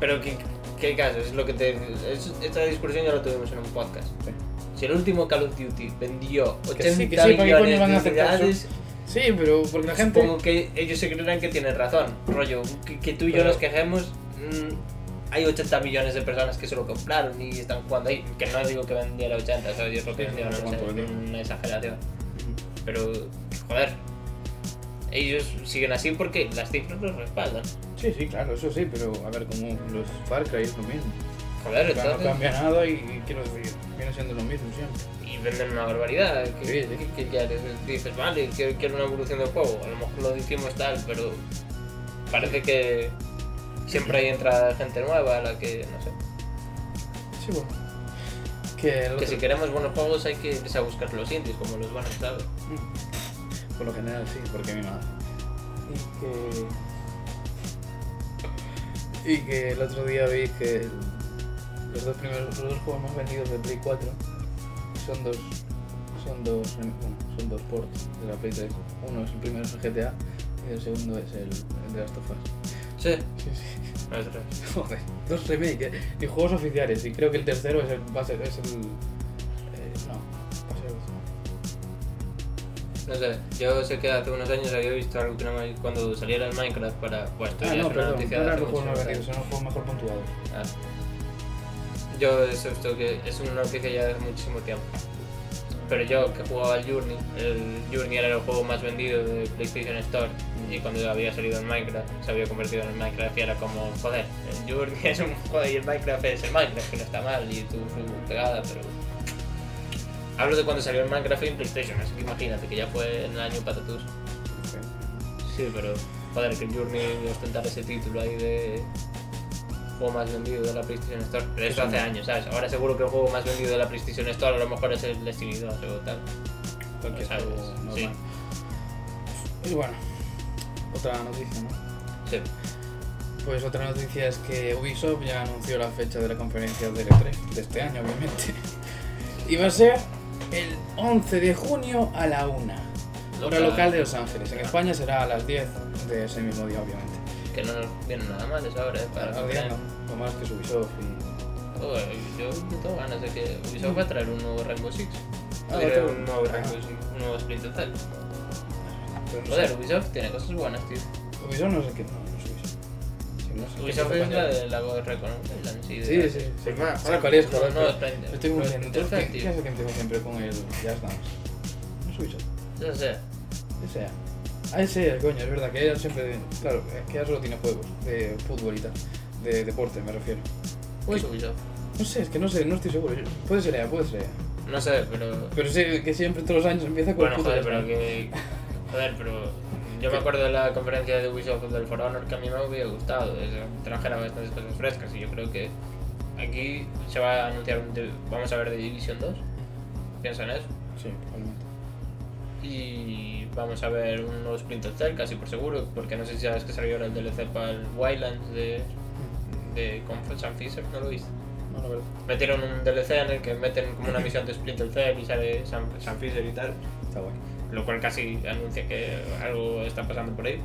[SPEAKER 2] Pero qué, qué caso, es lo que te. es- esta discusión ya la tuvimos en un podcast.
[SPEAKER 1] Sí.
[SPEAKER 2] Si el último Call of Duty vendió 80
[SPEAKER 1] Que sí, que sí, ¿para qué coño
[SPEAKER 2] millones
[SPEAKER 1] van a
[SPEAKER 2] de
[SPEAKER 1] hacer caso?
[SPEAKER 2] unidades,
[SPEAKER 1] Sí, pero porque la gente.
[SPEAKER 2] supongo que ellos se creerán que tienen razón. Rollo, que, que tú y yo
[SPEAKER 1] Pero-
[SPEAKER 2] nos quejemos, mm, hay 80 millones de personas que se lo compraron y están jugando ahí. Que no digo que vendiera 80, ¿sabes? Yo creo que
[SPEAKER 1] Sí, no
[SPEAKER 2] vendiera,
[SPEAKER 1] sé
[SPEAKER 2] no sé,
[SPEAKER 1] cuánto vendió.
[SPEAKER 2] una exageración. pero joder, ellos siguen así porque las cifras los respaldan.
[SPEAKER 1] Sí, sí, claro, eso sí, pero a ver, como los Far Cry es lo mismo.
[SPEAKER 2] Joder,
[SPEAKER 1] O sea, no
[SPEAKER 2] entonces,
[SPEAKER 1] cambia nada y, y quiero decir, viene siendo lo mismo siempre.
[SPEAKER 2] y venden una barbaridad. ¿Qué,
[SPEAKER 1] Sí, sí.
[SPEAKER 2] qué- qué quieres? Dices, vale, quiero, quiero una evolución del juego. A lo mejor lo decimos tal, pero parece que siempre ahí entra gente nueva a la que, no sé.
[SPEAKER 1] Sí, bueno. Que, el
[SPEAKER 2] Que
[SPEAKER 1] otro-
[SPEAKER 2] si queremos buenos juegos hay que empezar a buscar los indies, como los van a estar.
[SPEAKER 1] Mm. Por lo general sí, porque mi madre. Y que. Y que el otro día vi que el- los dos primeros los dos juegos más vendidos de Play 4 son dos. Son dos. bueno, son dos ports de la Play 3. Uno es el primero es el GTA y el segundo es el, el de Last of Us.
[SPEAKER 2] Sí,
[SPEAKER 1] Sí, sí.
[SPEAKER 2] no es otra vez.
[SPEAKER 1] Joder, dos remakes eh, y juegos oficiales. Y creo que el tercero es el. Va a ser, es el eh, no, va a ser.
[SPEAKER 2] No sé, yo sé que hace unos años había visto algo que no me... cuando saliera el Minecraft para... Bueno, esto
[SPEAKER 1] Ah,
[SPEAKER 2] ya es
[SPEAKER 1] no,
[SPEAKER 2] una
[SPEAKER 1] perdón, no
[SPEAKER 2] noticia de
[SPEAKER 1] eran
[SPEAKER 2] hace
[SPEAKER 1] los juegos
[SPEAKER 2] mucho
[SPEAKER 1] más
[SPEAKER 2] tiempo.
[SPEAKER 1] vendidos, eran los juegos mejor puntuados.
[SPEAKER 2] Ah. Yo eso esto que es una noticia ya de hace muchísimo tiempo. Pero yo que jugaba al Journey, el Journey era el juego más vendido de PlayStation Store y cuando había salido en Minecraft se había convertido en el Minecraft y era como, joder, el Journey es un juego y el Minecraft es el Minecraft, que no está mal y tú tu pegada, pero... Hablo de cuando salió el Minecraft en PlayStation, así que imagínate que ya fue en el año patatus. Sí, pero joder, que el Journey ostentar ese título ahí de juego más vendido de la PlayStation Store. Pero eso
[SPEAKER 1] Sí,
[SPEAKER 2] hace
[SPEAKER 1] sí.
[SPEAKER 2] años, ¿sabes? Ahora seguro que el juego más vendido de la PlayStation Store a lo mejor es el Destiny 2 o tal.
[SPEAKER 1] Cualquier
[SPEAKER 2] Sabes,
[SPEAKER 1] juego
[SPEAKER 2] sí.
[SPEAKER 1] normal. Y bueno, otra noticia, ¿no?
[SPEAKER 2] Sí.
[SPEAKER 1] Pues otra noticia es que Ubisoft ya anunció la fecha de la conferencia de E3 de este año, obviamente. Y va a ser el 11 de junio a la 1. Hora local
[SPEAKER 2] ¿eh?
[SPEAKER 1] de Los Ángeles. En España será a las 10 de ese mismo día, obviamente.
[SPEAKER 2] Que no nos viene nada mal esa hora, ¿eh? Para
[SPEAKER 1] Al día no, lo más que es Ubisoft y...
[SPEAKER 2] Joder, yo no tengo ganas de que Ubisoft va a traer un nuevo Rainbow Six.
[SPEAKER 1] Ah,
[SPEAKER 2] Diré
[SPEAKER 1] otro.
[SPEAKER 2] un nuevo
[SPEAKER 1] Ah.
[SPEAKER 2] Rainbow Six, un nuevo Splinter Cell.
[SPEAKER 1] pero no sé.
[SPEAKER 2] Joder, Ubisoft tiene cosas buenas, tío.
[SPEAKER 1] Ubisoft no sé qué... No, no es Ubisoft. Sí, no sé qué
[SPEAKER 2] Ubisoft
[SPEAKER 1] es
[SPEAKER 2] es la
[SPEAKER 1] español.
[SPEAKER 2] de la Go Recon, sí,
[SPEAKER 1] Sí, sí, sí.
[SPEAKER 3] Pues nada,
[SPEAKER 1] Ahora cuál es, joder.
[SPEAKER 2] No, no,
[SPEAKER 1] pero-
[SPEAKER 2] Splinter.
[SPEAKER 1] Estoy confundiendo. ¿Qué
[SPEAKER 2] Splinter,
[SPEAKER 1] qué
[SPEAKER 2] tío.
[SPEAKER 1] hace que empiezo siempre con el Jazz Dance? No soy yo.
[SPEAKER 2] No sé.
[SPEAKER 1] Ese ya. Ah, ese ya, coño, es verdad que ella siempre. Claro, que ella solo tiene juegos de fútbol y tal. De deporte, me refiero.
[SPEAKER 2] ¿O es Ubisoft?
[SPEAKER 1] No sé, es que no sé, no estoy seguro. Yo- Puede ser ella, puede ser ella.
[SPEAKER 2] No sé, pero
[SPEAKER 1] Pero sé que siempre todos los años empieza con
[SPEAKER 2] Bueno,
[SPEAKER 1] el puto
[SPEAKER 2] joder,
[SPEAKER 1] Jazz
[SPEAKER 2] pero
[SPEAKER 1] Dance.
[SPEAKER 2] que. Joder, pero. Yo me acuerdo de la conferencia de Ubisoft del For Honor que a mí me hubiera gustado. es- Trajeron bastantes cosas frescas y yo creo que aquí se va a anunciar. un de- Vamos a ver de Division 2. Piensa en eso.
[SPEAKER 1] Sí, probablemente.
[SPEAKER 2] Y vamos a ver un nuevo Splinter Cell casi por seguro, porque no sé si sabes que salió ahora el DLC para el Wildlands de, de con Sam Fisher, ¿no lo viste?
[SPEAKER 1] No, la verdad.
[SPEAKER 2] Metieron un DLC en el que meten como una misión de Splinter Cell y sale Sam, Sam Fisher y tal
[SPEAKER 1] Está guay.
[SPEAKER 2] lo cual casi anuncia que algo está pasando por ahí.
[SPEAKER 1] Sí.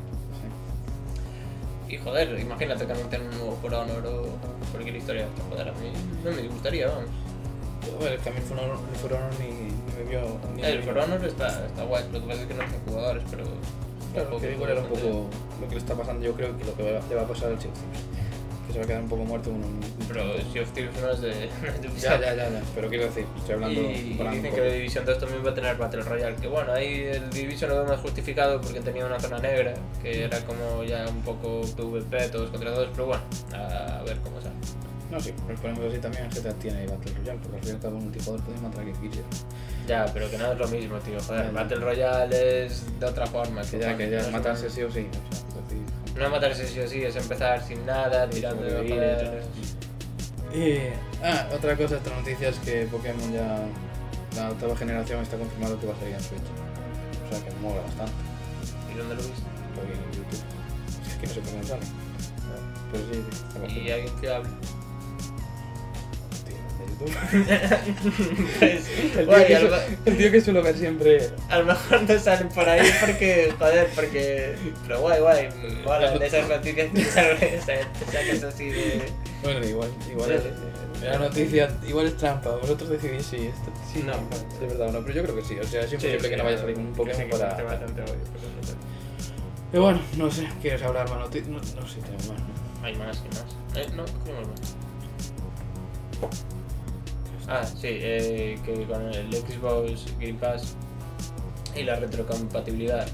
[SPEAKER 2] Y joder, imagínate que anuncian un nuevo For Honor o cualquier historia. Joder, a mí no me gustaría, vamos.
[SPEAKER 1] Pero, Bueno, es que a mí el Furon el Furon ni, ni me vio. Ni me
[SPEAKER 2] El
[SPEAKER 1] vio.
[SPEAKER 2] For Honor está, está guay, lo que pasa es que no tiene jugadores, pero.
[SPEAKER 1] Claro, lo que digo era un poco lo que le está pasando. Yo creo que lo que va- le va a pasar al Chelsea. Que se va a quedar un poco muerto con un.
[SPEAKER 2] Pero Sea of Thieves no es de. no es de
[SPEAKER 1] Ya,
[SPEAKER 2] Ubisoft.
[SPEAKER 1] ya, ya, ya. Pero quiero decir, estoy hablando.
[SPEAKER 2] Y
[SPEAKER 1] volando un
[SPEAKER 2] dicen que la
[SPEAKER 1] poco.
[SPEAKER 2] Division 2 también va a tener Battle Royale. Que bueno, ahí el Division lo vemos justificado porque tenía una zona negra, que era como ya un poco PvP, todos contra todos, pero bueno, a ver cómo sale.
[SPEAKER 1] No, sí, pero ponemos así también. GTA tiene Battle Royale, porque al final cada uno multijugador puede matar a quien quisiera.
[SPEAKER 2] Ya, pero que no es lo mismo, tío. Joder,
[SPEAKER 1] Ya, ya.
[SPEAKER 2] Battle Royale es de otra forma.
[SPEAKER 1] Que ya, que
[SPEAKER 2] no
[SPEAKER 1] ya,
[SPEAKER 2] es
[SPEAKER 1] matarse
[SPEAKER 2] un-
[SPEAKER 1] sí o sí. O sea, es decir,
[SPEAKER 2] No es matarse sí o sí, es empezar sin nada,
[SPEAKER 1] Sí,
[SPEAKER 2] tirando
[SPEAKER 1] como
[SPEAKER 2] de
[SPEAKER 1] que ir,
[SPEAKER 2] pared.
[SPEAKER 1] eh,
[SPEAKER 2] Eh.
[SPEAKER 1] Y, ah, otra cosa, esta noticia es que Pokémon ya. La octava generación está confirmado que va a salir en Switch. O sea que mola bastante.
[SPEAKER 2] ¿Y dónde lo viste?
[SPEAKER 1] Lo vi en YouTube. Es que no sé por dónde sale. Pero sí, sí, está
[SPEAKER 2] Y
[SPEAKER 1] confirmado.
[SPEAKER 2] alguien que habla.
[SPEAKER 1] Tío, de YouTube.
[SPEAKER 2] Pues,
[SPEAKER 1] El tío,
[SPEAKER 2] guay,
[SPEAKER 1] que
[SPEAKER 2] a lo,
[SPEAKER 1] su- el tío que suelo ver siempre.
[SPEAKER 2] a lo mejor no salen por ahí porque, joder, porque. Pero guay, guay. Mola, de esas noticias que salen, ¿sabes? te sacas así de.
[SPEAKER 1] Bueno, igual, igual
[SPEAKER 2] Sí,
[SPEAKER 1] es.
[SPEAKER 2] sí,
[SPEAKER 1] La noticia, igual es trampa. Vosotros decidís si esto. Sí,
[SPEAKER 2] No. pues,
[SPEAKER 1] de verdad, no, pero yo creo que sí. O sea, es imposible que no vaya a salir un Pokémon para. Y bueno, no sé, ¿quieres hablar más noticias? No, no sé, tengo más. ¿no?
[SPEAKER 2] Hay más, hay más. Eh, no, tenemos más. Ah, sí, eh, que con el Xbox Game Pass y la retrocompatibilidad.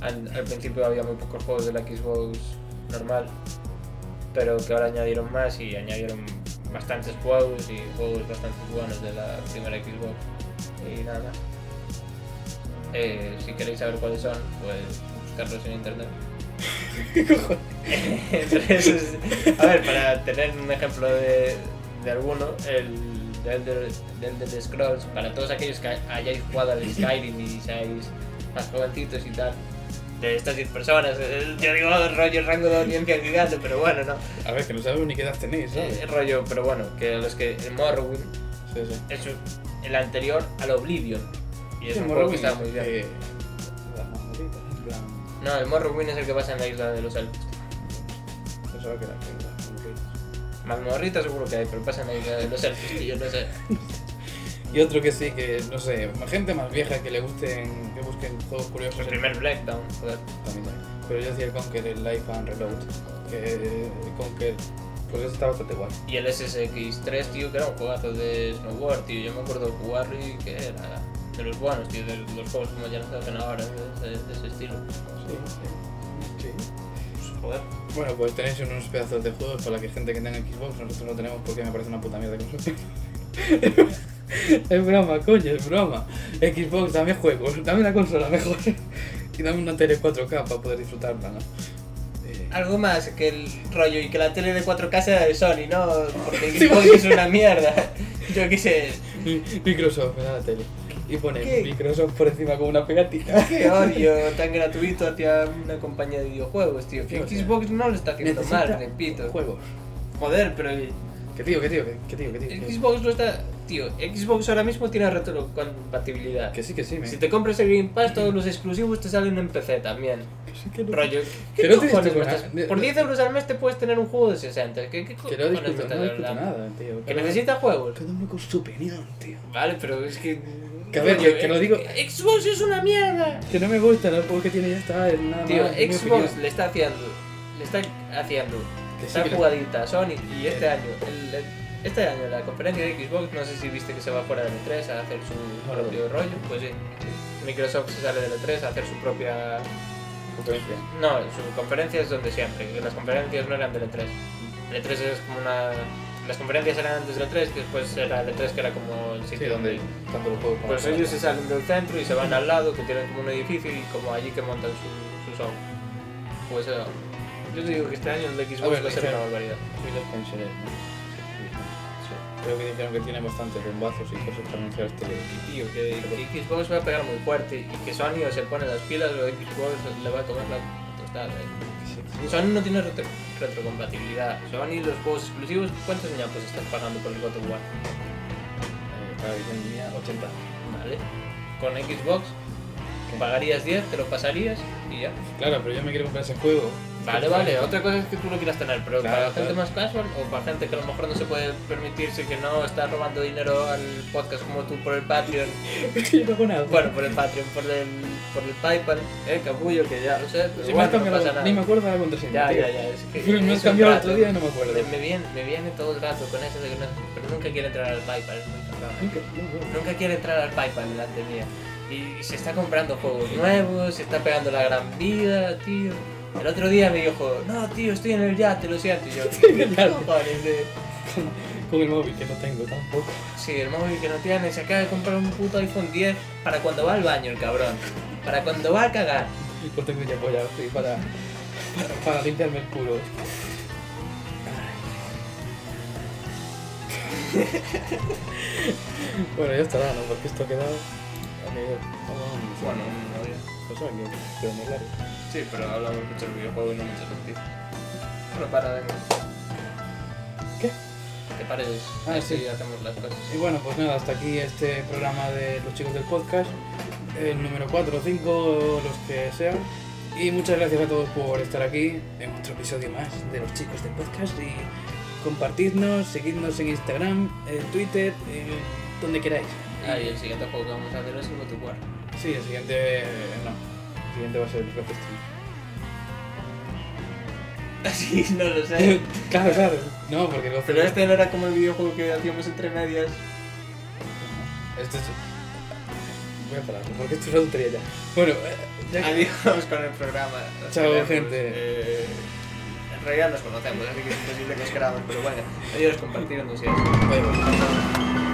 [SPEAKER 2] An- Al, principio había muy pocos juegos de la Xbox normal, pero que ahora añadieron más y añadieron bastantes juegos y juegos bastante buenos de la primera Xbox y nada más. Eh, si queréis saber cuáles son, pues buscarlos en internet. Entonces, a ver, para tener un ejemplo de, de alguno, el de Elder, de Elder Scrolls, para todos aquellos que hayáis jugado al Skyrim y seáis más jovencitos y tal, de estas 10 personas, eh, yo digo rollo rango de audiencia gigante, pero bueno, no.
[SPEAKER 1] A ver, que no sabemos ni qué edad tenéis, ¿sabes?
[SPEAKER 2] Eh, rollo, pero bueno, que los que. El Morrowind
[SPEAKER 1] Sí, sí.
[SPEAKER 2] es un- el anterior al Oblivion. Y es
[SPEAKER 1] Sí,
[SPEAKER 2] un juego
[SPEAKER 1] Morrowind,
[SPEAKER 2] que está muy bien.
[SPEAKER 1] eh, las mazmorritas, en plan,
[SPEAKER 2] No, el Morrowind es el que pasa en la isla de los elfos.
[SPEAKER 1] pensaba pues que era que las mazmorritas.
[SPEAKER 2] Mazmorrita seguro que hay, pero pasa en la isla de los elfos, tío, no sé.
[SPEAKER 1] Y otro que sí, que no sé, gente más vieja que le gusten, que busquen juegos curiosos.
[SPEAKER 2] El primer Blackdown, joder.
[SPEAKER 1] También, Pero yo decía el Conquer, el Life and Reload. Que el Conquer, pues ese está bastante guay.
[SPEAKER 2] Y el SSX3, tío, que era un juegazo de snowboard, tío. Yo me acuerdo de jugarlo y que era de los buenos, tío, de los juegos como ya nos hacen ahora, de, de- de ese estilo.
[SPEAKER 1] Sí, sí.
[SPEAKER 2] Pues, joder.
[SPEAKER 1] Bueno, pues tenéis unos pedazos de juegos para la que gente que tenga Xbox, nosotros no tenemos porque me parece una puta mierda consola. es broma, coño, es broma. Xbox, dame juegos, dame la consola mejor. y dame una tele 4K para poder disfrutarla, ¿no? Eh,
[SPEAKER 2] Algo más que el rollo y que la tele de 4K sea de Sony, ¿no? Porque Xbox es una mierda. Yo qué sé,
[SPEAKER 1] Microsoft, me da la tele. Y pone
[SPEAKER 2] ¿Qué?
[SPEAKER 1] Microsoft por encima con una pegatina.
[SPEAKER 2] qué odio tan gratuito hacia una compañía de videojuegos, tío. Que
[SPEAKER 1] Tío,
[SPEAKER 2] Xbox no lo está haciendo
[SPEAKER 1] Necesita
[SPEAKER 2] mal, repito.
[SPEAKER 1] Juegos.
[SPEAKER 2] Joder, pero
[SPEAKER 1] Que tío, que tío, que, que tío, que tío. que-
[SPEAKER 2] Xbox no está. Tío, Xbox ahora mismo tiene retrocompatibilidad.
[SPEAKER 1] Que sí, que sí, me.
[SPEAKER 2] Si te compras el Game Pass, todos los exclusivos te salen en PC también.
[SPEAKER 1] Que sí, que no-
[SPEAKER 2] Rollo,
[SPEAKER 1] Que
[SPEAKER 2] ¿qué
[SPEAKER 1] no tienes
[SPEAKER 2] cojones
[SPEAKER 1] tú
[SPEAKER 2] me
[SPEAKER 1] nada.
[SPEAKER 2] estás- Por 10 euros al mes te puedes tener un juego de 60. ¿Qué, qué
[SPEAKER 1] Que no
[SPEAKER 2] cojones me
[SPEAKER 1] discuto,
[SPEAKER 2] estás
[SPEAKER 1] no discuto
[SPEAKER 2] hablando?
[SPEAKER 1] nada, tío.
[SPEAKER 2] Que necesita juegos.
[SPEAKER 1] Cada uno con su opinión, tío.
[SPEAKER 2] Vale, pero es que.
[SPEAKER 1] Que a ver,
[SPEAKER 2] Rollo, eh,
[SPEAKER 1] que- que lo digo-
[SPEAKER 2] Xbox es una mierda.
[SPEAKER 1] Que no me gusta, no porque tiene ya está es nada
[SPEAKER 2] Tío,
[SPEAKER 1] más, es mi
[SPEAKER 2] Xbox
[SPEAKER 1] opinión.
[SPEAKER 2] le está haciendo. Le está haciendo.
[SPEAKER 1] Que sí,
[SPEAKER 2] Está
[SPEAKER 1] que le-
[SPEAKER 2] jugadita a Sony. Y este año. el- el- este año la conferencia de Xbox, no sé si viste que se va fuera del E3 a hacer su
[SPEAKER 1] Ahora
[SPEAKER 2] propio rollo. Pues sí. Microsoft se sale del E3 a hacer su propia
[SPEAKER 1] Conferencia.
[SPEAKER 2] No, su conferencia es donde siempre, que las conferencias no eran del E3. El E3 es como una... Las conferencias eran antes del E3, que después era el E3 que era como el
[SPEAKER 1] Sí,
[SPEAKER 2] sitio
[SPEAKER 1] donde tanto lo puedo
[SPEAKER 2] Pues ellos se salen del centro y se van al lado, que tienen como un edificio y como allí que montan su, su show. Pues eh, yo te digo que este año el de
[SPEAKER 1] A
[SPEAKER 2] Xbox
[SPEAKER 1] ver,
[SPEAKER 2] va a ser
[SPEAKER 1] dijeron-
[SPEAKER 2] una barbaridad.
[SPEAKER 1] Creo que dijeron que tiene bastantes bombazos y cosas para anunciar este.
[SPEAKER 2] Tío, que, que Xbox va a pegar muy fuerte y que Sony o se pone las pilas o Xbox le va a comer la tostada. eh. Sony no tiene retro- retrocompatibilidad. Sony los juegos exclusivos, ¿cuántos ñapos estás pagando por el God of War?
[SPEAKER 1] Claro, yo tenía 80.
[SPEAKER 2] ¿Vale? Con Xbox pagarías 10, te lo pasarías y ya.
[SPEAKER 1] Claro, pero yo me quiero comprar ese juego.
[SPEAKER 2] Vale, vale. Otra cosa es que tú lo quieras tener, pero
[SPEAKER 1] Claro,
[SPEAKER 2] para la
[SPEAKER 1] claro.
[SPEAKER 2] gente más casual o para gente que a lo mejor no se puede permitirse que no está robando dinero al podcast como tú por el Patreon.
[SPEAKER 1] yo no hago nada.
[SPEAKER 2] Bueno, por el Patreon, por el, por el PayPal, eh, capullo, que ya lo sé, pero
[SPEAKER 1] si me has
[SPEAKER 2] bueno, no
[SPEAKER 1] cambiado,
[SPEAKER 2] pasa nada.
[SPEAKER 1] ni me acuerdo de la contraseña.
[SPEAKER 2] Ya,
[SPEAKER 1] tío.
[SPEAKER 2] ya, ya. Es que
[SPEAKER 1] Me has
[SPEAKER 2] es un
[SPEAKER 1] cambiado el
[SPEAKER 2] trato.
[SPEAKER 1] otro día y no me acuerdo.
[SPEAKER 2] Me viene, me viene todo el rato con eso de que no, pero nunca quiere entrar al PayPal, es muy cabrón.
[SPEAKER 1] Ay, que- no, no.
[SPEAKER 2] Nunca quiere entrar al PayPal delante mía. Y se está comprando juegos nuevos, se está pegando la gran vida, tío. El otro día me dijo, no, tío, estoy en el yate, lo siento. Y yo,
[SPEAKER 1] en el yate".
[SPEAKER 2] "Cojones, eh".
[SPEAKER 1] Con el móvil que no tengo tampoco.
[SPEAKER 2] Sí, el móvil que no tiene, se acaba de comprar un puto iPhone 10 para cuando va al baño, el cabrón. Para cuando va a cagar.
[SPEAKER 1] Lo tengo ya apoyado, sí, para, para, para limpiarme el culo. bueno, ya estará, ¿no? Porque esto ha quedado... a nivel- vamos,
[SPEAKER 2] Bueno,
[SPEAKER 1] vamos,
[SPEAKER 2] no, ya.
[SPEAKER 1] cosa que quedó muy largo.
[SPEAKER 2] Sí, pero hablamos mucho del videojuego y no mucho de ti. Bueno, para, venga.
[SPEAKER 1] ¿Qué?
[SPEAKER 2] ¿Te pares?
[SPEAKER 1] Ah,
[SPEAKER 2] Así
[SPEAKER 1] sí.
[SPEAKER 2] hacemos las cosas.
[SPEAKER 1] Y bueno, pues nada, hasta aquí este programa de los chicos del podcast. El número 4 o 5, los que sean. Y muchas gracias a todos por estar aquí en otro episodio más de los chicos del podcast. Y compartidnos, seguidnos en Instagram, en Twitter, en donde queráis.
[SPEAKER 2] Ah, y el siguiente juego que vamos a hacer es el God of War.
[SPEAKER 1] Sí, el siguiente. eh, No, el siguiente va a ser el Rocket
[SPEAKER 2] Sí, no lo
[SPEAKER 1] Stream. claro, claro. No, porque el
[SPEAKER 2] Pero este no era como el videojuego que hacíamos entre medias.
[SPEAKER 1] Este es- voy a parar, porque esto es una tontería ya. Bueno, eh, ya que-
[SPEAKER 2] Adiós con el programa. Nos
[SPEAKER 1] Chao,
[SPEAKER 2] queremos.
[SPEAKER 1] gente.
[SPEAKER 2] Eh, en realidad nos conocemos, así que es imposible que os queramos, pero bueno, ellos compartieron dos ideas.
[SPEAKER 1] Bueno.